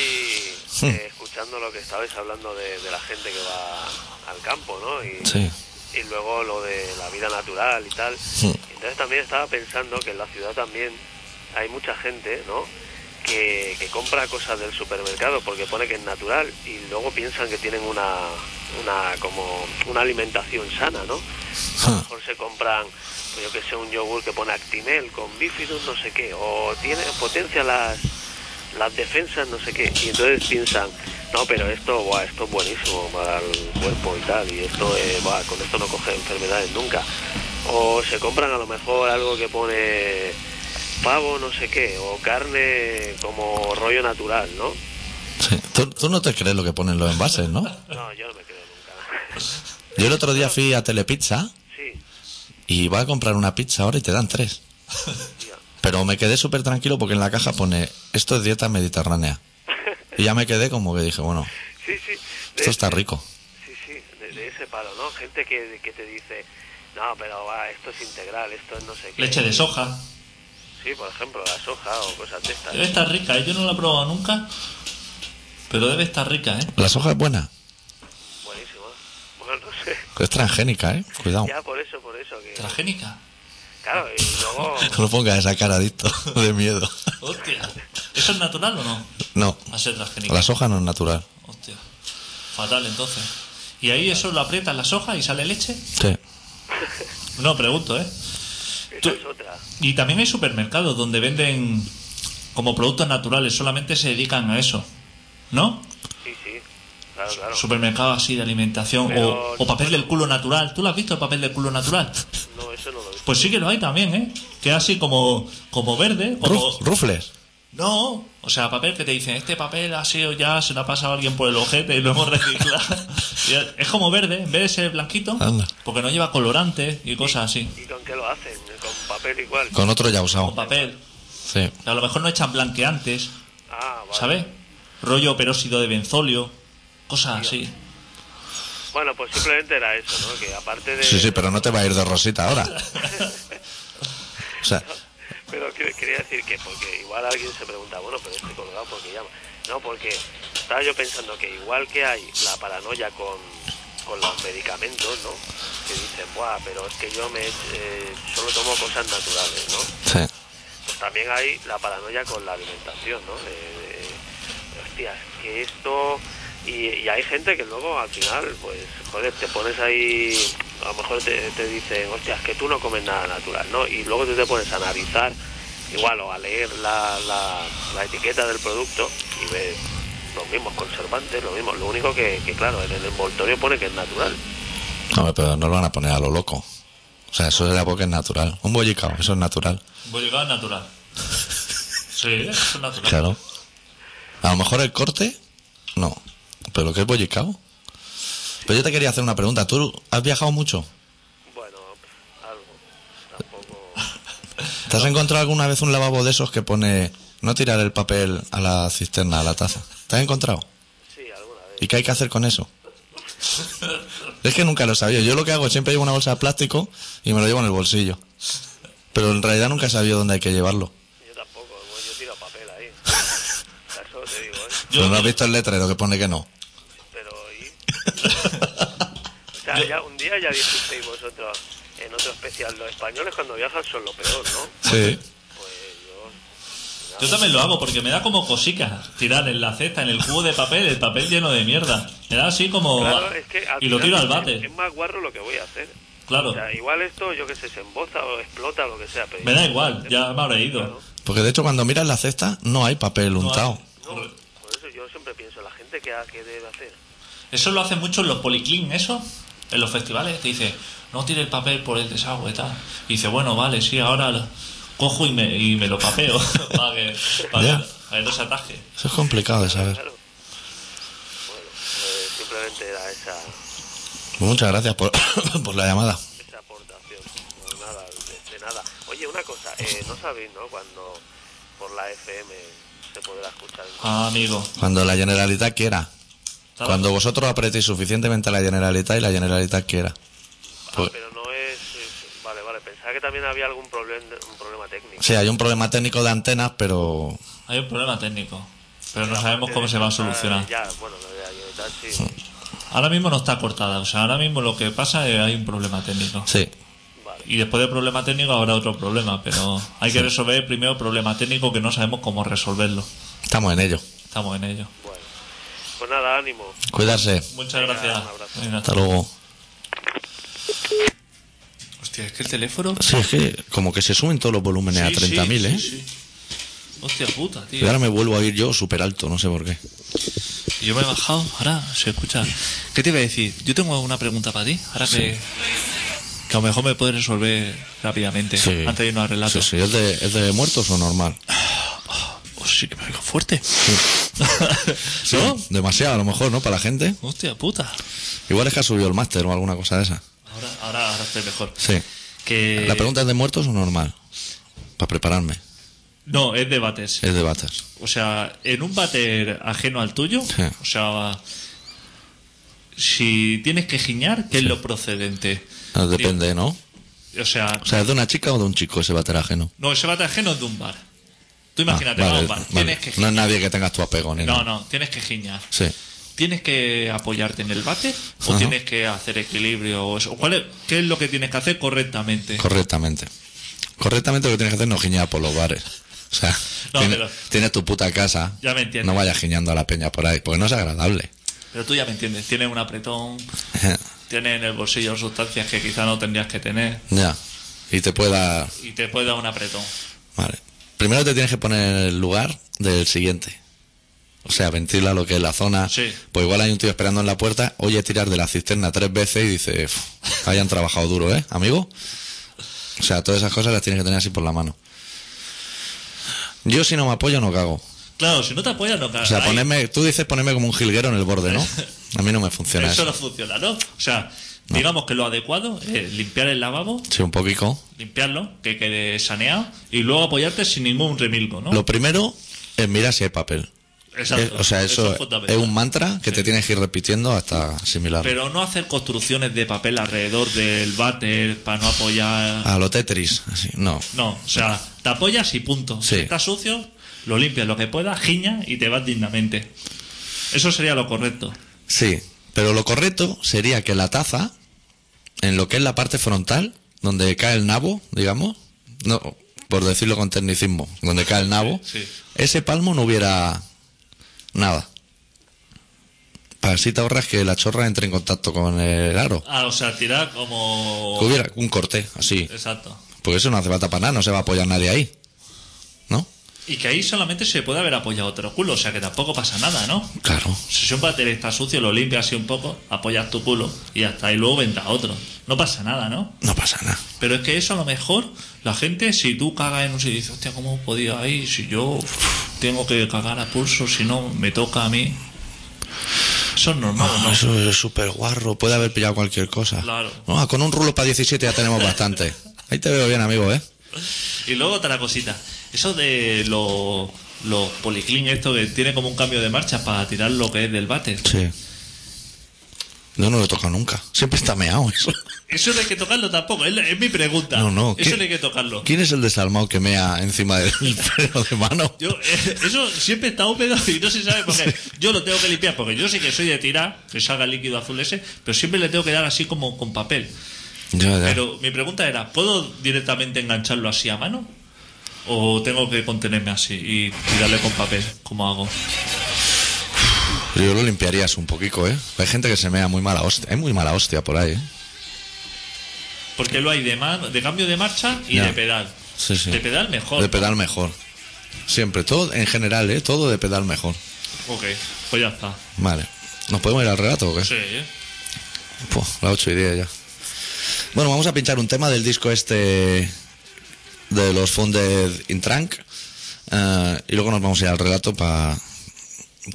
eh, escuchando lo que estabais hablando de, de la gente que va al campo, ¿no? Y,
Sí.
y luego lo de la vida natural y tal. Entonces también estaba pensando que en la ciudad también hay mucha gente, ¿no? Que, que compra cosas del supermercado porque pone que es natural y luego piensan que tienen una, una como una alimentación sana, ¿no? A lo mejor se compran, pues yo que sé, un yogur que pone Actimel con bifidus, no sé qué, o tiene potencia las las defensas, no sé qué, y entonces piensan, no, pero esto, buah, esto es buenísimo para el cuerpo y tal, y esto, eh, buah, con esto no coge enfermedades nunca. O se compran a lo mejor algo que pone pavo, no sé qué, o carne como rollo natural, ¿no?
Sí. Tú, tú no te crees lo que ponen los envases, ¿no?
No, yo no me creo nunca.
Yo el otro día fui a Telepizza
Sí,
y iba a comprar una pizza ahora y te dan tres.
tía.
Pero me quedé súper tranquilo porque en la caja pone, esto es dieta mediterránea. Y ya me quedé como que dije, bueno,
Sí, sí. De
esto está
ese-
rico.
Sí, sí, de, de ese palo, ¿no? Gente que, que te dice, no, pero va, esto es integral, esto es no sé qué.
Leche de soja.
Sí, por ejemplo, la soja o cosas de estas.
Debe estar rica, ¿eh? yo no la he probado nunca. Pero debe estar rica, ¿eh?
La soja es buena,
Buenísimo. Bueno, no sé.
es transgénica, ¿eh? Cuidado.
Ya por eso, por eso. que
Transgénica.
Claro, y luego...
No pongas esa cara adicto de miedo.
Hostia. ¿Eso es natural o no?
No,
Va a ser transgénica.
la soja no es natural.
Hostia. Fatal entonces. ¿Y ahí eso lo aprietas la soja y sale leche?
Sí.
No, pregunto, ¿eh?
Esa
Tú-
es otra.
Y también hay supermercados donde venden como productos naturales, solamente se dedican a eso. ¿No?
Sí, sí. Claro, claro.
Supermercados así de alimentación
Pero-
o, o papel del culo natural. ¿Tú lo has visto el papel del culo natural?
No, eso no lo he visto.
Pues sí que lo hay también, ¿eh? Que es así como, como verde, como...
Ruf- rufles.
No, o sea, papel que te dicen, este papel ha sido ya, se lo ha pasado alguien por el ojete y lo hemos reciclado. Y es- es como verde, en vez de ser blanquito,
Anda.
porque no lleva colorantes y cosas así.
¿Y con qué lo hacen? Con papel igual.
Con otro ya
Con
usado.
papel.
Sí.
A lo mejor no echan blanqueantes,
Ah, vale.
¿sabes? Rollo peróxido de benzolio, cosas así.
Bueno, pues simplemente era eso, ¿no? Que aparte de...
Sí, sí, pero no te va a ir de rosita ahora. O sea,
Pero que- quería decir que, porque igual alguien se pregunta, bueno, pero este colgado, ¿por qué llama? No, porque estaba yo pensando que igual que hay la paranoia con, con los medicamentos, ¿no? Que dicen, Buah, pero es que yo me eh, solo tomo cosas naturales, ¿no?
sí.
Pues también hay la paranoia con la alimentación, ¿no? De, de, hostias, que esto... Y, y hay gente que luego al final, pues, joder, te pones ahí, a lo mejor te, te dicen, hostias, que tú no comes nada natural, ¿no? Y luego tú te pones a analizar, igual, o a leer la, la- la etiqueta del producto y ves los mismos conservantes, lo mismo. Lo único que, que, claro, en el envoltorio pone que es natural.
Hombre, pero no lo van a poner a lo loco. O sea, eso era porque es natural. Un bollicao, eso es natural.
Pues
Bollicao es natural. Sí, eso es natural.
Claro. A lo mejor el corte, no. Pero lo que es bollicao. Pero yo te quería hacer una pregunta. ¿Tú has viajado mucho?
Bueno, algo. Tampoco...
¿Te has encontrado alguna vez un lavabo de esos que pone no tirar el papel a la cisterna, a la taza? ¿Te has encontrado?
Sí, alguna vez.
¿Y qué hay que hacer con eso? Es que nunca lo sabía. Yo lo que hago es siempre llevo una bolsa de plástico y me lo llevo en el bolsillo. Pero en realidad nunca he sabido dónde hay que llevarlo.
Yo tampoco, bueno, yo tiro papel ahí. Eso te digo, ¿eh?
Yo-
Pero no has visto el letrero que pone que no.
Pero ¿y? O sea, ya un día ya dijisteis vosotros en otro especial, los españoles cuando viajan son lo peor, ¿no?
Sí.
Pues yo...
Yo también lo hago porque me da como cosica tirar en la cesta, en el cubo de papel, el papel lleno de mierda. Me da así como...
Claro, es que al
y lo
final
tiro al
es-
bate.
Es más guarro lo que voy a hacer.
Claro,
O sea, igual esto, yo que sé, se emboza o explota o lo que sea. Pero
me da igual, ya me habré ido.
Claro.
Porque de hecho cuando miras la cesta no hay papel
No
untado.
hace-
No, por eso yo siempre pienso, la gente que, ha- que debe hacer.
Eso lo hacen mucho en los policlín, eso, en los festivales. Te dice, no tire el papel por el desagüe, tal. Y dice, bueno, vale, sí, ahora lo cojo y me, y me lo papeo para que, para
Ya.
que no se ataje.
Eso es complicado de saber.
Claro. Bueno, pues simplemente era esa...
Pues Muchas gracias por, por la llamada.
esa aportación. No, nada, de, de nada. Oye, una cosa, eh, no sabéis, ¿no? Cuando por la FM se podrá escuchar. en-
Ah, amigo.
Cuando la Generalitat quiera.
Está-
Cuando vosotros apretéis suficientemente a la Generalitat y la Generalitat quiera.
Ah,
Pues-
pero no es, es- Vale, vale. Pensaba que también había algún problema, un problema técnico.
Sí, hay un problema técnico de antenas, pero
Hay un problema técnico, pero no sabemos cómo se va a solucionar.
Ah, Ya, bueno, lo de ayer, tal, sí.
Ahora mismo no está cortada, o sea, ahora mismo lo que pasa es que hay un problema técnico.
sí.
Vale.
Y después del problema técnico habrá otro problema, pero hay que resolver primero el problema técnico que no sabemos cómo resolverlo.
Estamos en ello.
Estamos en ello.
Bueno. Pues nada, ánimo.
Cuidarse.
Muchas
Venga,
gracias.
un abrazo.
Venga.
Hasta luego.
Hostia, es que el teléfono.
Sí, es que como que se suben todos los volúmenes
Sí,
a 30.000, ¿eh?
sí, sí, sí. Hostia puta,
Y
tío.
ahora me vuelvo a ir yo súper alto, no sé por qué.
Yo me he bajado, ahora se escucha. ¿Qué te iba a decir? Yo tengo una pregunta para ti, ahora que, que a lo mejor me puedes resolver rápidamente, antes de irnos al relato.
Sí, sí. ¿Es de, es de muertos o normal?
Oh, sí que me oigo fuerte. ¿No?
Demasiado, a lo mejor, ¿no? Para la gente.
Hostia puta.
Igual es que ha subido el máster o alguna cosa de esa.
Ahora, ahora, ahora estoy mejor.
Sí.
Que...
¿La pregunta es de muertos o normal? Para prepararme.
No, es debates.
Es de batas.
O sea, en un váter ajeno al tuyo,
Sí.
o sea, si tienes que giñar, ¿qué es lo procedente?
Ah, Depende, ¿no?
O sea,
O sea, ¿es de una chica o de un chico ese bateraje, no?
no, ese váter ajeno es de un bar.
Ah,
Tú imagínate,
vale,
vas a un bar,
vale.
tienes que
No
giñar.
es nadie que tengas tu apego, ni
No,
nada.
no, tienes que giñar.
Sí.
¿Tienes que apoyarte en el váter o
Ajá.
tienes que hacer equilibrio o eso? ¿Cuál es- ¿Qué es lo que tienes que hacer correctamente?
Correctamente. Correctamente lo que tienes que hacer no es giñar por los bares. O sea,
No,
tienes,
pero-
tienes tu puta casa.
Ya me entiendes.
No vayas giñando a la peña por ahí, porque no es agradable.
Pero tú ya me entiendes, tienes un apretón, tienes en el bolsillo sustancias que quizá no tendrías que tener
ya. Y te pueda.
y te puede dar un apretón.
Vale. Primero te tienes que poner en el lugar del siguiente. O sea, ventila lo que es la zona.
Sí.
Pues igual hay un tío esperando en la puerta, oye tirar de la cisterna tres veces y dice, "Uf, hayan trabajado duro, ¿eh, amigo? O sea, todas esas cosas las tienes que tener así por la mano. Yo si no me apoyo no cago.
Claro, si no te apoyas, no
O
cagas.
sea,
Ahí,
ponerme, tú dices ponerme como un jilguero en el borde, ¿no? A mí no me funciona
Eso
eso.
no funciona, ¿no? O sea, digamos que lo adecuado es limpiar el lavabo,
Sí, un poquito.
limpiarlo, que quede saneado y luego apoyarte sin ningún remilgo, ¿no?
Lo primero es mirar si hay papel.
Exacto.
Es- o sea, eso, es,
fundamental.
un mantra que te tienes que ir repitiendo hasta asimilar.
Pero no hacer construcciones de papel alrededor del váter para no apoyar.
A lo Tetris, así. No,
No, o sea, te apoyas y punto.
Sí.
Si está sucio, lo limpias lo que puedas, giña y te vas dignamente. Eso sería lo correcto.
Sí, pero lo correcto sería que la taza, en lo que es la parte frontal, donde cae el nabo, digamos, no, por decirlo con tecnicismo, donde cae el nabo,
Sí, sí.
ese palmo no hubiera nada. Para así te ahorras que la chorra entre en contacto con el aro.
Ah, o sea, tirar como.
Que hubiera un corte, así.
Exacto.
Porque eso no hace falta para nada, no se va a apoyar nadie ahí. ¿No?
Y que ahí solamente se puede haber apoyado otro culo, o sea que tampoco pasa nada, ¿no?
Claro.
Si un bater está sucio, lo limpias así un poco, apoyas tu culo y hasta y luego venta otro. No pasa nada, ¿no?
No pasa nada.
Pero es que eso a lo mejor la gente, si tú cagas en un sitio y dices, hostia, ¿cómo he podido ahí? Si yo tengo que cagar a pulso, si no, me toca a mí. Eso es normal,
No,
¿no?
eso es súper guarro, puede haber pillado cualquier cosa.
Claro.
No, ah, con un rulo para 17 ya tenemos bastante. Ahí te veo bien, amigo, ¿eh?
Y luego otra cosita, eso de los los policlin, esto que tiene como un cambio de marcha para tirar lo que es del váter.
Sí. Yo no lo he tocado nunca. Siempre está meado eso.
Eso no hay que tocarlo tampoco, es, la- es mi pregunta.
No, no.
Eso
¿quién-
no hay que tocarlo.
¿Quién es el desalmado que mea encima del pelo de mano?
Yo, eh, eso siempre está húmedo y no se sabe por qué. Yo lo tengo que limpiar porque yo sí que soy de tirar, que salga el líquido azul ese, pero siempre le tengo que dar así como con papel.
Ya, ya.
Pero mi pregunta era, ¿puedo directamente engancharlo así a mano? ¿O tengo que contenerme así y tirarle con papel? ¿Cómo hago?
Pero Yo lo limpiarías un poquito, ¿eh? Hay gente que se mea muy mala hostia. Hay muy mala hostia por ahí, ¿eh?
Porque lo hay de, man- de cambio de marcha y
Ya.
de pedal.
Sí, sí.
De pedal mejor.
De pedal mejor. Siempre, todo en general, ¿eh? Todo de pedal mejor.
Ok, pues ya está.
Vale. ¿Nos podemos ir al relato o qué?
Sí, ¿eh?
Puh, las 8 y 10 ya. Bueno, vamos a pinchar un tema del disco este de los Funded in Trunk. eh, y luego nos vamos a ir al relato para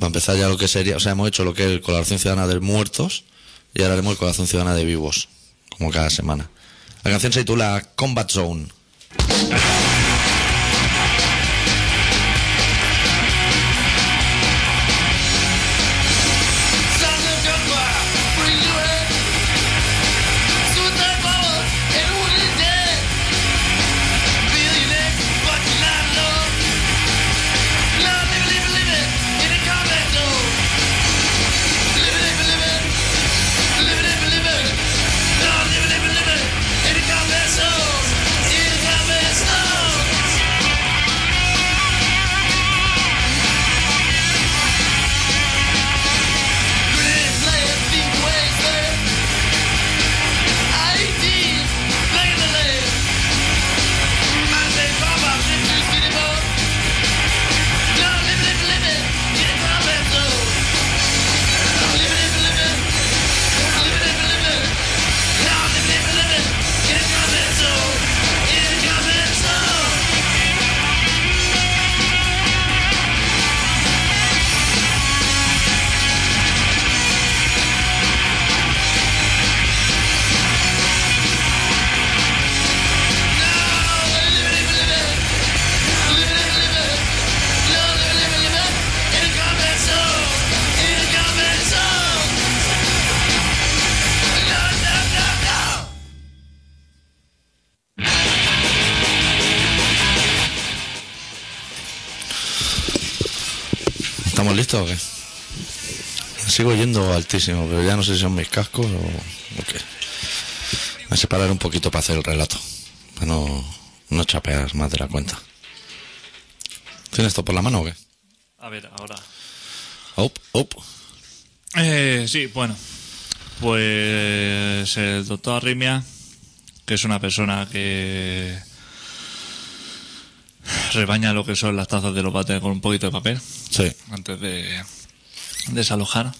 empezar ya lo que sería. O sea, hemos hecho lo que es el Colaboración Ciudadana de Muertos y ahora haremos el Colaboración Ciudadana de Vivos, como cada semana. La canción se titula Combat Zone.
Oh!
¿Estamos listos o qué? Sigo yendo altísimo, pero ya no sé si son mis cascos o, o qué. Me a separar un poquito para hacer el relato. Para no, no chapear más de la cuenta. ¿Tienes esto por la mano o qué?
A ver, ahora.
Op, op.
Eh, sí, bueno. Pues el doctor Arrimia, que es una persona que rebaña lo que son las tazas de los bates con un poquito de papel
Sí.
antes de desalojar.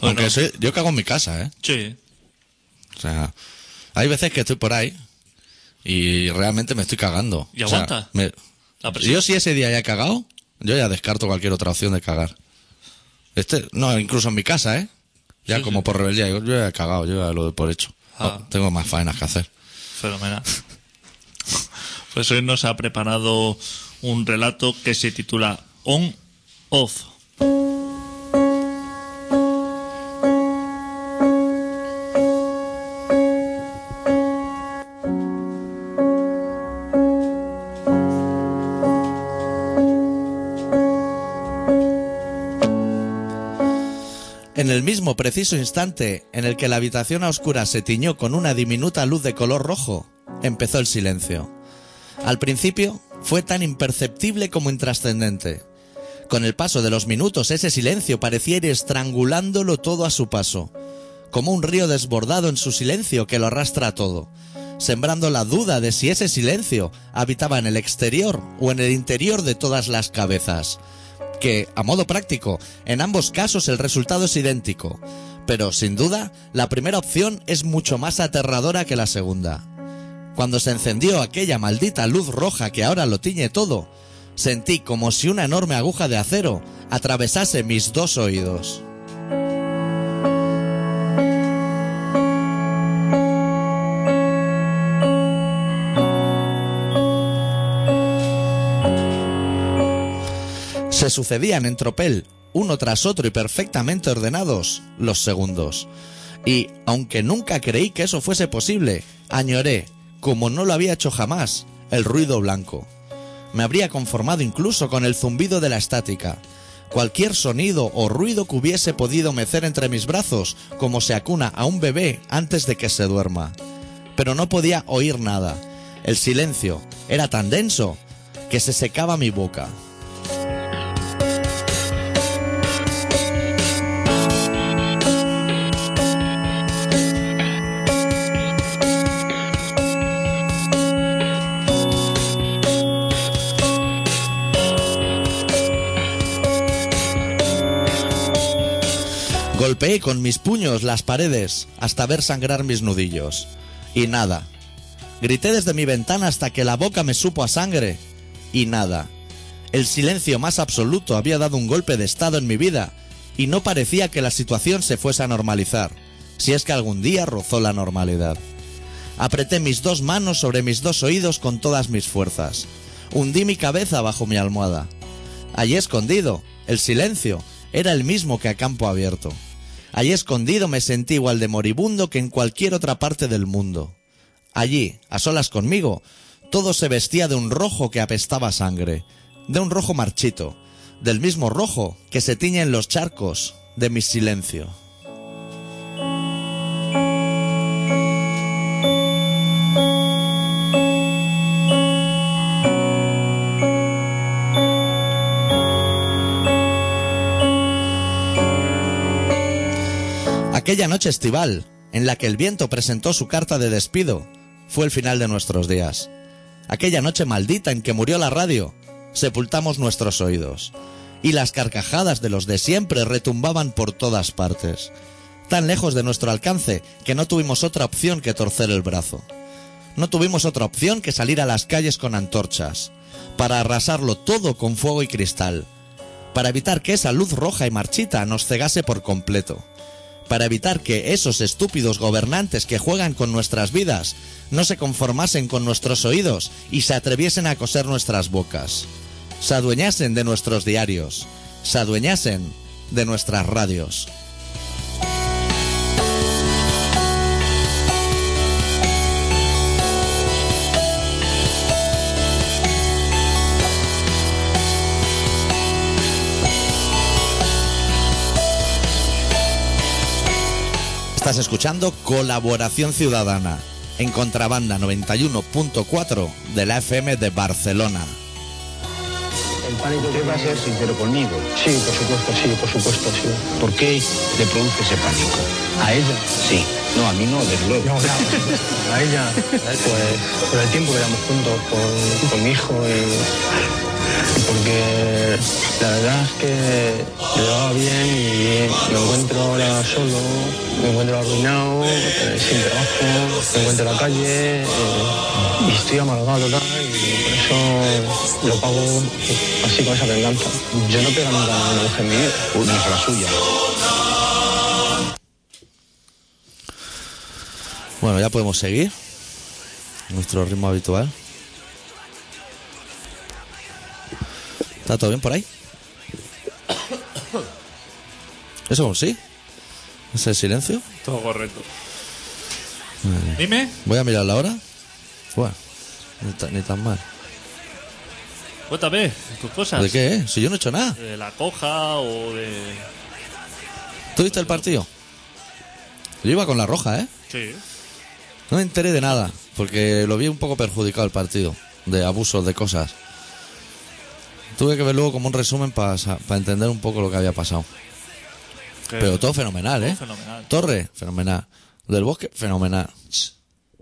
¿O
Aunque
no?
soy- yo cago en mi casa, ¿eh?
Sí.
O sea, hay veces que estoy por ahí y realmente me estoy cagando.
¿Y
O sea,
aguanta?
me-
La presión.
yo si ese día ya he cagado, yo ya descarto cualquier otra opción de cagar. Este, no, incluso en mi casa, ¿eh? Ya
Sí,
como
sí.
por rebeldía, yo, yo ya he cagado, yo ya lo doy por hecho.
Ah.
No, tengo más faenas que hacer.
Fenomenal. Pues hoy nos ha preparado un relato que se titula On Off.
En el mismo preciso instante en el que la habitación a oscuras se tiñó con una diminuta luz de color rojo, empezó el silencio. Al principio fue tan imperceptible como intrascendente. Con el paso de los minutos ese silencio parecía ir estrangulándolo todo a su paso, como un río desbordado en su silencio que lo arrastra a todo, sembrando la duda de si ese silencio habitaba en el exterior o en el interior de todas las cabezas que, a modo práctico, en ambos casos el resultado es idéntico, pero sin duda la primera opción es mucho más aterradora que la segunda. Cuando se encendió aquella maldita luz roja que ahora lo tiñe todo, sentí como si una enorme aguja de acero atravesase mis dos oídos. Se sucedían en tropel, uno tras otro y perfectamente ordenados, los segundos. Y, aunque nunca creí que eso fuese posible, añoré, como no lo había hecho jamás, el ruido blanco. Me habría conformado incluso con el zumbido de la estática. Cualquier sonido o ruido que hubiese podido mecer entre mis brazos, como se acuna a un bebé antes de que se duerma pero no podía oír nada. El silencio era tan denso que se secaba mi boca. Golpeé con mis puños las paredes hasta ver sangrar mis nudillos. Y nada. Grité desde mi ventana hasta que la boca me supo a sangre. Y nada. El silencio más absoluto había dado un golpe de estado en mi vida y no parecía que la situación se fuese a normalizar, si es que algún día rozó la normalidad. Apreté mis dos manos sobre mis dos oídos con todas mis fuerzas. Hundí mi cabeza bajo mi almohada. Allí escondido, el silencio era el mismo que a campo abierto. Allí escondido me sentí igual de moribundo que en cualquier otra parte del mundo. Allí, a solas conmigo, todo se vestía de un rojo que apestaba a sangre, de un rojo marchito, del mismo rojo que se tiñe en los charcos de mi silencio. Aquella noche estival, en la que el viento presentó su carta de despido, fue el final de nuestros días. Aquella noche maldita en que murió la radio, sepultamos nuestros oídos. Y las carcajadas de los de siempre retumbaban por todas partes, tan lejos de nuestro alcance que no tuvimos otra opción que torcer el brazo. No tuvimos otra opción que salir a las calles con antorchas, para arrasarlo todo con fuego y cristal, para evitar que esa luz roja y marchita nos cegase por completo para evitar que esos estúpidos gobernantes que juegan con nuestras vidas no se conformasen con nuestros oídos y se atreviesen a coser nuestras bocas, se adueñasen de nuestros diarios, se adueñasen de nuestras radios. Estás escuchando Colaboración Ciudadana en Contrabanda 91.4 de la FM de Barcelona.
El pánico Usted va a ser sincero conmigo. Sí, por supuesto, sí, por supuesto, sí. ¿Por qué le produce ese pánico? ¿A ella? Sí. No, a mí no, desde luego. a ella, pues, por el tiempo que llevamos juntos, con, con mi hijo y, y porque la verdad es que me va bien y me encuentro ahora solo, me encuentro arruinado, eh, sin trabajo, me encuentro en la calle eh, y estoy amargado total y por eso lo pago así con esa venganza. Yo no pego nunca a una mujer en mi vida. Una es la suya.
Bueno, ya podemos seguir. Nuestro ritmo habitual. ¿Está todo bien por ahí? ¿Eso un sí? ¿Ese silencio?
Todo correcto. Dime,
Voy a mirar la hora. Bueno, ni, ta- ni tan mal.
cuéntame tus cosas.
¿De qué, eh? Si yo no he hecho nada.
De la coja o de.
¿Tú viste el partido? Yo iba con la roja, ¿eh?
Sí.
No me enteré de nada, porque lo vi un poco perjudicado el partido, de abusos, de cosas. Tuve que ver luego como un resumen para entender un poco lo que había pasado. Pero todo fenomenal,
Eh, Todo
¿eh?
fenomenal.
Torre, fenomenal. Del Bosque, fenomenal.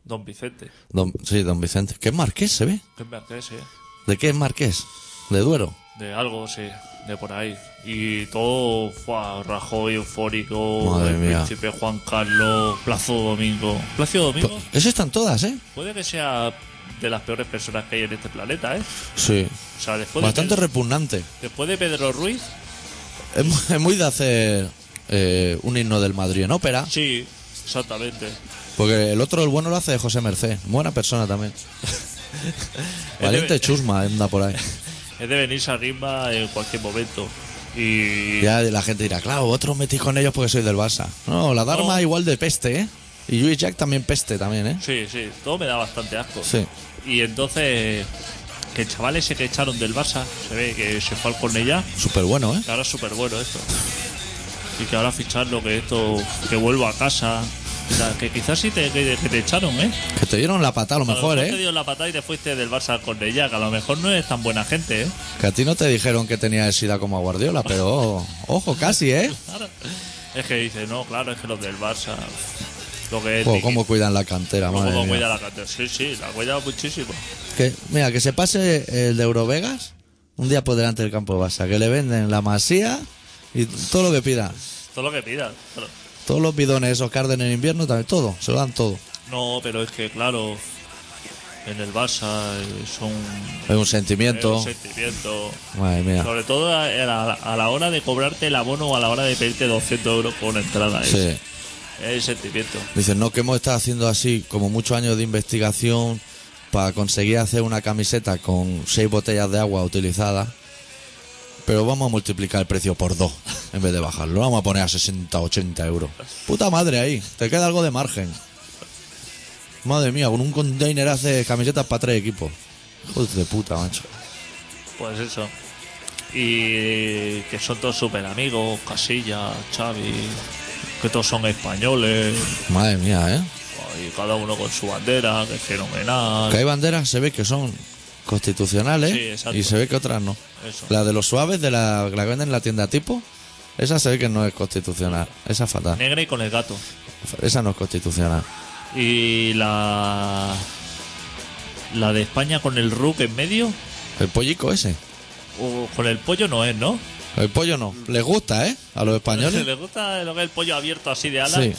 Don Vicente.
Don- sí, don Vicente. ¿Qué es marqués se ve?
¿Qué me haces, eh?
¿De qué es marqués? ¿De Duero?
De algo, sí, de por ahí. Y todo fue Rajoy eufórico,
Madre
el
mía.
príncipe Juan Carlos, Plazo Domingo. Placio Domingo
Pues, Eso están todas, ¿eh?
puede que sea de las peores personas que hay en este planeta, ¿eh?
Sí.
O sea, después,
Bastante
de,
repugnante.
después de Pedro Ruiz,
Es mu- es muy de hacer eh, un himno del Madrid en ópera,
sí, exactamente.
porque el otro, el bueno, lo hace José Merced. Buena persona también. Valiente chusma anda por ahí.
Es de venirse arriba en cualquier momento. Y
Ya la gente dirá, claro, vosotros metís con ellos porque sois del Barça. No, la Dharma
No.
igual de peste, ¿eh? Y Luis Jack también peste también, ¿eh?
sí, sí, todo me da bastante asco.
Sí.
Y entonces, que el chaval ese que echaron del Barça, se ve que se fue al Cornellá.
Súper bueno, ¿eh?
Que ahora es súper bueno esto. Y que ahora ficharlo, que esto, que vuelvo a casa. O sea, que quizás sí te, que, que te echaron, ¿eh?
Que te dieron la patada a lo mejor,
Te
¿eh?
dio la patada y te fuiste del Barça al Cornellá, que a lo mejor no es tan buena gente, ¿eh?
Que a ti no te dijeron que tenía el SIDA como a Guardiola, pero ojo, casi, ¿eh?
Claro. Es que dice, no, claro, es que los del Barça. Lo que es.
Jo, cómo cuidan la cantera,
Luego
madre
como
mía.
cuida la cantera. Sí, sí, la cuida muchísimo.
Que, mira, que se pase el de Eurovegas un día por delante del campo de Barça, que le venden la masía y todo lo que pidan.
Todo lo que pida. claro.
Todos los bidones esos que arden en invierno, también, todo, se lo dan todo.
No, pero es que, claro, en el Barça eh, son.
Es un
es
sentimiento.
un sentimiento.
Madre mía.
Sobre todo a a la, a la hora de cobrarte el abono o a la hora de pedirte 200 euros por una entrada. Es,
Sí.
es el sentimiento.
Dicen, no, que hemos estado haciendo así como muchos años de investigación para conseguir hacer una camiseta con seis botellas de agua utilizadas, pero vamos a multiplicar el precio por dos en vez de bajarlo. Lo vamos a poner a 60, 80 euros. Puta madre ahí, te queda algo de margen. Madre mía, con un container hace camisetas para tres equipos. Joder de puta, macho.
Pues eso. Y que son todos súper amigos, Casilla, Xavi, que todos son españoles,
Madre mía, ¿eh?
y cada uno con su bandera, que es fenomenal.
Que hay banderas, se ve que son constitucionales
Sí, exacto.
y se ve que otras no.
Eso.
La de los suaves, de la, la que venden en la tienda tipo, esa se ve que no es constitucional. Esa es fatal.
Negra y con el gato.
Esa no es constitucional.
Y la. La de España con el rook en medio,
El pollico ese.
o con el pollo no es, ¿no?
El pollo no. Les gusta, ¿eh? A los españoles.
¿Les gusta lo que es el pollo abierto así de alas?
Sí.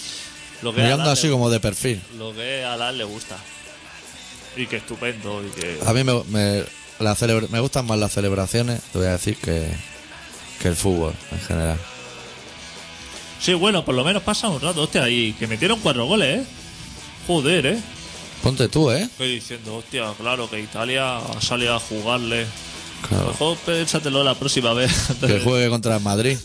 Lo que es
Mirando
alas
así
le-
como de perfil.
Lo que a Alan le gusta. Y que estupendo. Y que...
A mí me, me- la celebra- me gustan más las celebraciones, te voy a decir, que, que el fútbol en general.
Sí, bueno, por lo menos pasa un rato. Hostia, y que metieron cuatro goles, ¿eh? Joder, ¿eh?
Ponte tú, ¿eh?
Estoy diciendo, hostia, claro que Italia sale a jugarle.
Claro.
Mejor piénsatelo la próxima vez. antes
Que
de-
juegue contra el Madrid.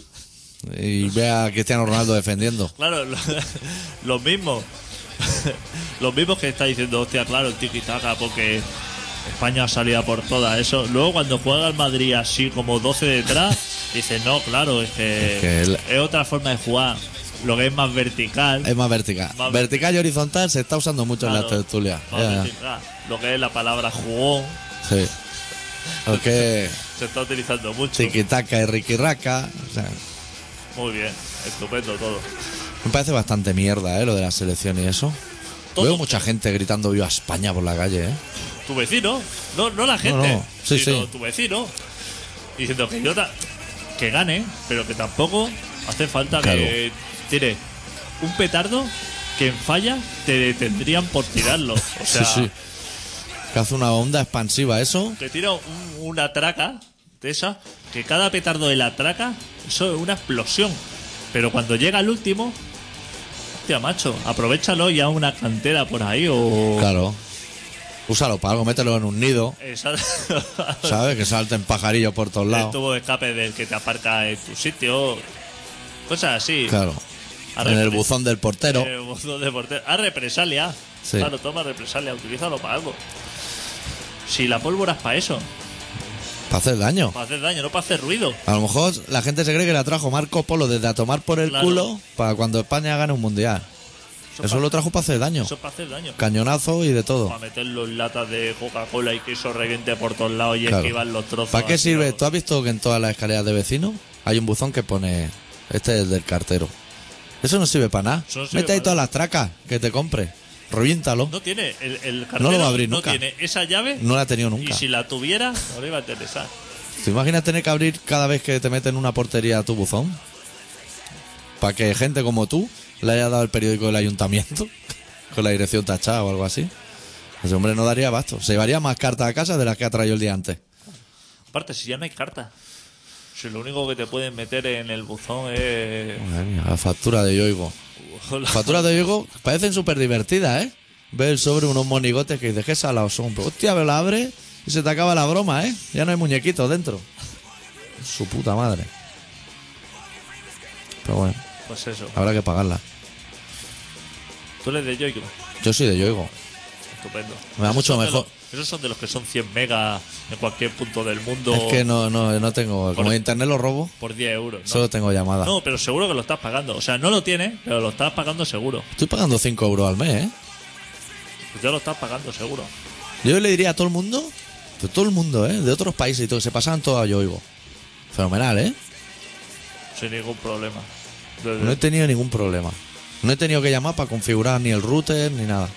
Y vea a Cristiano Ronaldo defendiendo.
Claro, lo- los mismos. los mismos que está diciendo, hostia, claro, el tiki porque España salía por todas eso. Luego cuando juega el Madrid así como 12 detrás, dice, no, claro, es que,
Es que el-
es otra forma de jugar. lo que es más vertical.
Es más vertical.
Más
vertical y horizontal se está usando mucho en
claro,
las tertulias.
más
Ya, ya.
vertical. Lo que es la palabra jugón
Sí. Lo que es
se está utilizando mucho.
tiquitaca y riquirraca. O sea,
Muy bien, estupendo todo.
me parece bastante mierda, ¿eh? Lo de la selección y eso.
Todo.
Veo mucha gente gritando Viva España por la calle, ¿eh?
Tu vecino, no, no la gente,
no. Sí,
sino
sí.
tu vecino, diciendo que yo ta- que gane, pero que tampoco hace falta que tire un petardo que en falla te detendrían por tirarlo. O sea,
sí, sí. Que hace una onda expansiva eso.
que tira un- una traca de esa, que cada petardo de la traca, eso es una explosión. Pero cuando llega el último, hostia, macho, aprovechalo y haz una cantera por ahí o.
Claro. Úsalo para algo, mételo en un nido,
Esa-
¿sabes? Que salten pajarillos por todos
el
lados.
tubo de escape del que te aparca en tu sitio. Cosas así.
Claro.
A Eh.
En el
represar-
buzón del portero.
En el buzón de portero. A represalia.
Sí.
Claro, toma represalia, utilízalo para algo. Si la pólvora es para eso,
Para hacer daño.
para hacer daño, no para hacer ruido.
A lo mejor la gente se cree que la trajo Marco Polo desde a tomar por el
Claro.
culo para cuando España gane un mundial. Eso
pa-
lo trajo para hacer daño.
Eso es para hacer daño.
Cañonazo y de todo.
Para meterlo en latas de Coca-Cola y que eso reviente por todos lados y
Claro.
esquivar los trozos.
¿Para qué
así,
sirve?
vamos.
¿Tú has visto que en todas las escaleras de vecinos hay un buzón que pone este es el del cartero? Eso no sirve para nada.
Eso no sirve
Mete ahí
pa'
todas las tracas que te compre. Reviéntalo.
No tiene, el, el
No lo
cartero
va a abrir nunca.
tiene esa llave
No la ha tenido
y
nunca.
si la tuviera, no le iba a interesar.
¿Te imaginas tener que abrir cada vez que te meten una portería a tu buzón? Para que gente como tú le haya dado el periódico del ayuntamiento con la dirección tachada o algo así. Ese hombre no daría abasto. Se llevaría más cartas a casa de las que ha traído el día antes.
Aparte, si ya no hay carta. Si lo único que te pueden meter en el buzón es.
Madre mía, la factura de Yoigo.
Hola.
Las facturas de Yoigo parecen súper divertidas, ¿eh? Ver sobre unos monigotes que dices, qué salados son. Pero hostia, me la abre y se te acaba la broma, ¿eh? Ya no hay muñequitos dentro. Su puta madre. Pero bueno,
Pues eso.
habrá que pagarla.
Tú eres de Yoigo.
Yo soy de Yoigo.
Estupendo.
Me da
Esos
mucho
son de
mejor.
los- esos son de los que son 100 megas en cualquier punto del mundo
Es que no, no, no tengo. Como
Por-
internet lo robo,
por 10 euros. ¿no?
solo tengo llamadas.
No, pero seguro que lo estás pagando. O sea, no lo tienes, pero lo estás pagando seguro.
Estoy pagando 5 euros al mes, ¿eh?
Ya lo estás pagando seguro.
Yo le diría a todo el mundo, pero todo el mundo, ¿eh? De otros países y todo, que se pasaban todo a Yoigo. Fenomenal, ¿eh?
Sin ningún problema. Desde-
No he tenido ningún problema. No he tenido que llamar para configurar ni el router ni nada.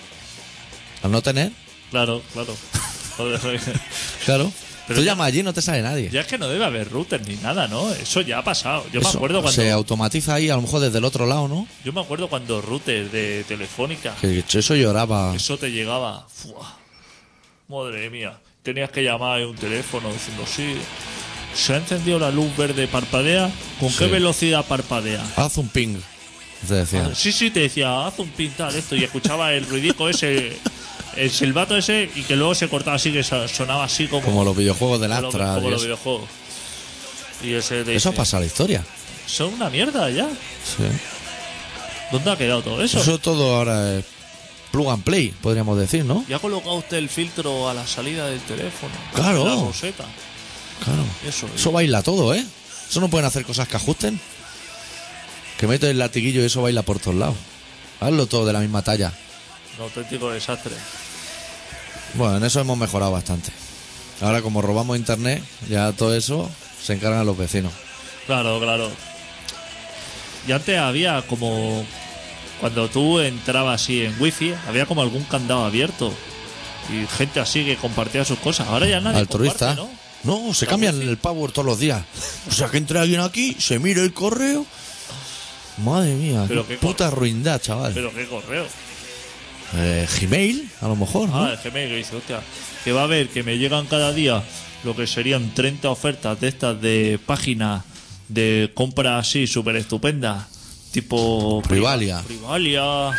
Al no tener,
Claro, claro. Joder,
claro.
Pero
Tú
ya-
llamas allí y no te sale nadie.
ya es que no debe haber router ni nada, ¿no? Eso ya ha pasado. Yo me
Eso
acuerdo cuando
Se automatiza ahí, a lo mejor desde el otro lado, ¿no?
yo me acuerdo cuando router de Telefónica
Que eso lloraba.
eso te llegaba. ¡fua! Madre mía. Tenías que llamar a un teléfono diciendo sí. Se ha encendido la luz verde, parpadea. ¿Con qué
Sí.
velocidad parpadea?
Haz un ping, te decía.
Ah, Sí, sí, te decía, haz un pintal esto. Y escuchaba el ruidico ese, el silbato ese, y que luego se cortaba así, que so- sonaba así como,
Como los videojuegos del
como los-
Astra.
como
y
los
eso.
videojuegos. Y ese te
Eso
dice,
pasa a la historia.
Son una mierda ya.
Sí.
¿Dónde ha quedado todo eso?
Eso todo ahora es plug and play, podríamos decir, ¿no?
Ya ha colocado usted el filtro a la salida del teléfono.
Claro.
La roseta.
Claro.
Eso.
Eso baila todo, ¿eh? Eso no pueden hacer cosas que ajusten. Que meto el latiguillo y eso baila por todos lados. Hazlo todo de la misma talla.
Un auténtico desastre.
Bueno, en eso hemos mejorado bastante. Ahora como robamos internet, ya todo eso se encargan los vecinos.
Claro, claro. Y antes había como. Cuando tú entrabas así en wifi, había como algún candado abierto. Y gente así que compartía sus cosas. Ahora ya nadie.
Altruista.
Ah, comparte,
¿no? se cambian el power todos los días. O sea que entra alguien aquí, se mira el correo. Madre mía,
Pero
qué
qué
puta ruindad, chaval.
Pero qué correo.
Eh, Gmail, a lo mejor. ¿no?
Ah, el Gmail que dice, hostia. Que va a ver que me llegan cada día lo que serían 30 ofertas de estas de páginas de compra así súper estupendas. Tipo.
Privalia.
Privalia.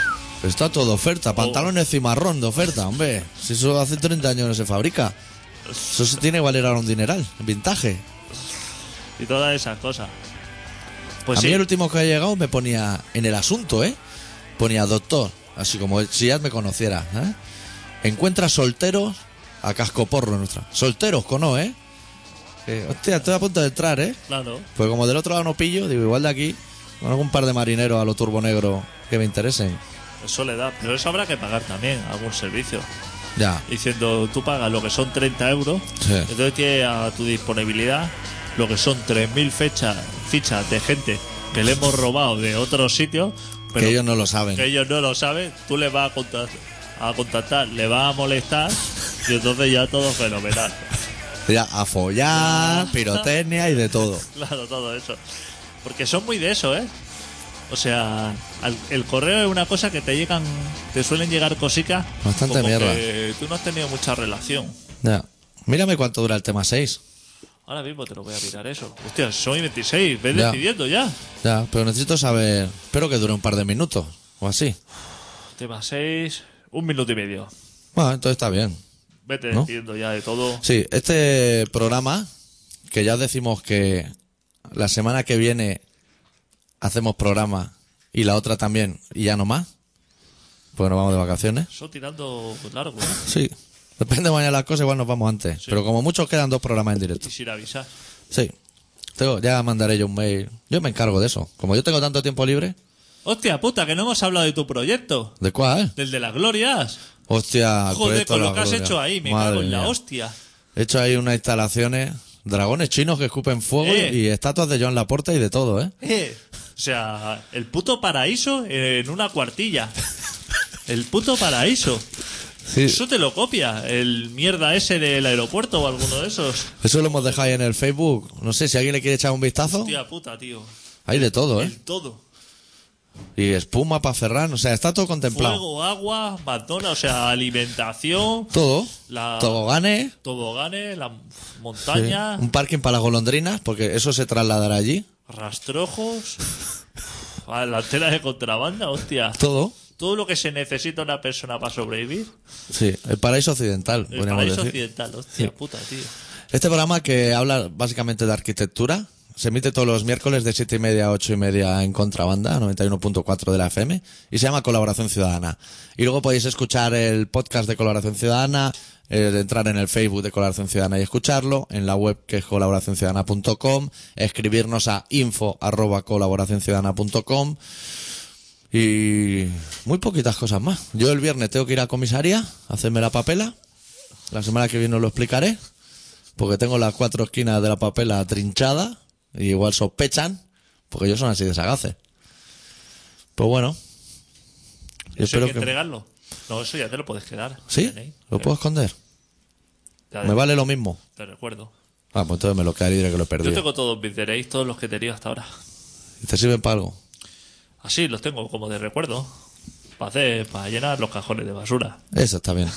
Está todo
Oh.
oferta, pantalones cimarrón de oferta, hombre. Si eso hace 30 años no se fabrica. Eso se tiene que valer ahora un dineral, vintaje.
Y todas esas cosas. Pues
a
sí.
mí el último que ha llegado me ponía en el asunto, ¿eh? Ponía doctor, así como si ya me conociera. ¿eh? Encuentra solteros a cascoporro nuestra. Solteros con O, ¿eh? Eh, Hostia, estoy a punto de entrar, ¿eh?
Claro.
Pues como del otro lado no pillo, digo, igual de aquí algún par de marineros a lo turbo negro que me interesen.
Eso le da. Pero eso habrá que pagar también, algún servicio.
Ya.
Diciendo, tú pagas lo que son 30 euros,
Sí.
entonces tienes a tu disponibilidad lo que son 3.000 fechas, fichas de gente que le hemos robado de otros sitios, pero
que ellos no lo saben.
que ellos no lo saben, tú le vas a contactar, a contactar, le vas a molestar y entonces ya todo fenomenal.
Ya, a follar, pirotecnia y de todo.
Claro, todo eso. Porque son muy de eso, ¿eh? O sea, al- el correo es una cosa que te llegan, te suelen llegar cositas.
Bastante
como
mierda.
que Tú no has tenido mucha relación.
Ya. Mírame cuánto dura el tema 6.
Ahora mismo te lo voy a mirar eso. Hostia, soy 26, ves
Ya.
decidiendo ya.
Ya, pero necesito saber. Espero que dure un par de minutos o así.
Tema 6, un minuto y medio.
Bueno, entonces está bien.
Vete
¿No?
decidiendo ya de todo.
Sí, este programa, que ya decimos que la semana que viene hacemos programa y la otra también, y ya no más, porque nos vamos de vacaciones.
Eso tirando largo, ¿eh?
Sí, depende de mañana las cosas, igual nos vamos antes. Pero como muchos quedan dos programas en directo.
Y sin avisar.
Sí, Tengo- ya mandaré yo un mail. Yo me encargo de eso. Como yo tengo tanto tiempo libre,
Hostia puta, que no hemos hablado de tu proyecto.
¿de cuál?
Del de las glorias.
Hostia, pues el
Joder,
proyecto
con
de
lo
la
que has
gloria.
hecho ahí, me
Madre
cago en la
mía.
hostia.
He hecho ahí unas instalaciones, dragones chinos que escupen fuego
Eh.
y estatuas de John Laporta y de todo, ¿eh?
Eh, O sea, el puto paraíso en una cuartilla. El puto paraíso.
Sí.
Eso te lo copia el mierda ese del aeropuerto o alguno de esos.
Eso lo hemos dejado ahí en el Facebook. No sé si alguien le quiere echar un vistazo.
Tía puta, tío.
Hay de todo, ¿eh?
El todo.
Y espuma para Ferran. O sea, está todo contemplado.
Fuego, agua, McDonald's, o sea, alimentación,
Todo.
La-
Toboganes.
toboganes, las
sí.
montañas,
Un parking para las golondrinas, porque eso se trasladará allí.
rastrojos, a las telas de contrabanda, hostia.
Todo.
Todo lo que se necesita una persona para sobrevivir.
Sí, el paraíso occidental,
El
podríamos
paraíso
decir.
occidental, hostia puta, tío.
Este programa que habla básicamente de arquitectura se emite todos los miércoles de 7 y media a 8 y media en contrabanda, 91.4 de la FM, y se llama Colaboración Ciudadana. Y luego podéis escuchar el podcast de Colaboración Ciudadana, eh, entrar en el Facebook de Colaboración Ciudadana y escucharlo, en la web que es colaboracionciudadana.com, escribirnos a info arroba colaboracionciudadana.com y muy poquitas cosas más. Yo el viernes tengo que ir a comisaría, a hacerme la papela, la semana que viene os lo explicaré. Porque tengo las cuatro esquinas de la papela trinchada y igual sospechan, porque ellos son así de sagaces. Pues bueno. Yo
Eso hay
espero
que,
que...
entregarlo. No, eso ya te lo puedes quedar.
¿Sí?
Tenéis.
¿Lo puedo esconder?
Ya
Me
te-
vale lo mismo.
Te recuerdo.
Ah, pues entonces me lo quedaré y diré que lo he
Yo
perdido.
tengo todos mis DNIs, todos los que he tenido hasta ahora.
¿Y ¿Te sirven para algo?
Así los tengo como de recuerdo. Para hacer, para llenar los cajones de basura.
Eso está bien.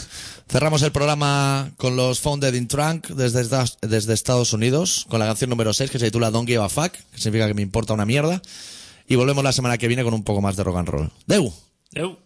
Cerramos el programa con los Founded in Trunk desde, Estados- desde Estados Unidos, con la canción número 6 que se titula Don't Give a Fuck, que significa que me importa una mierda. Y volvemos la semana que viene con un poco más de rock and roll. ¡Deu!
Eu.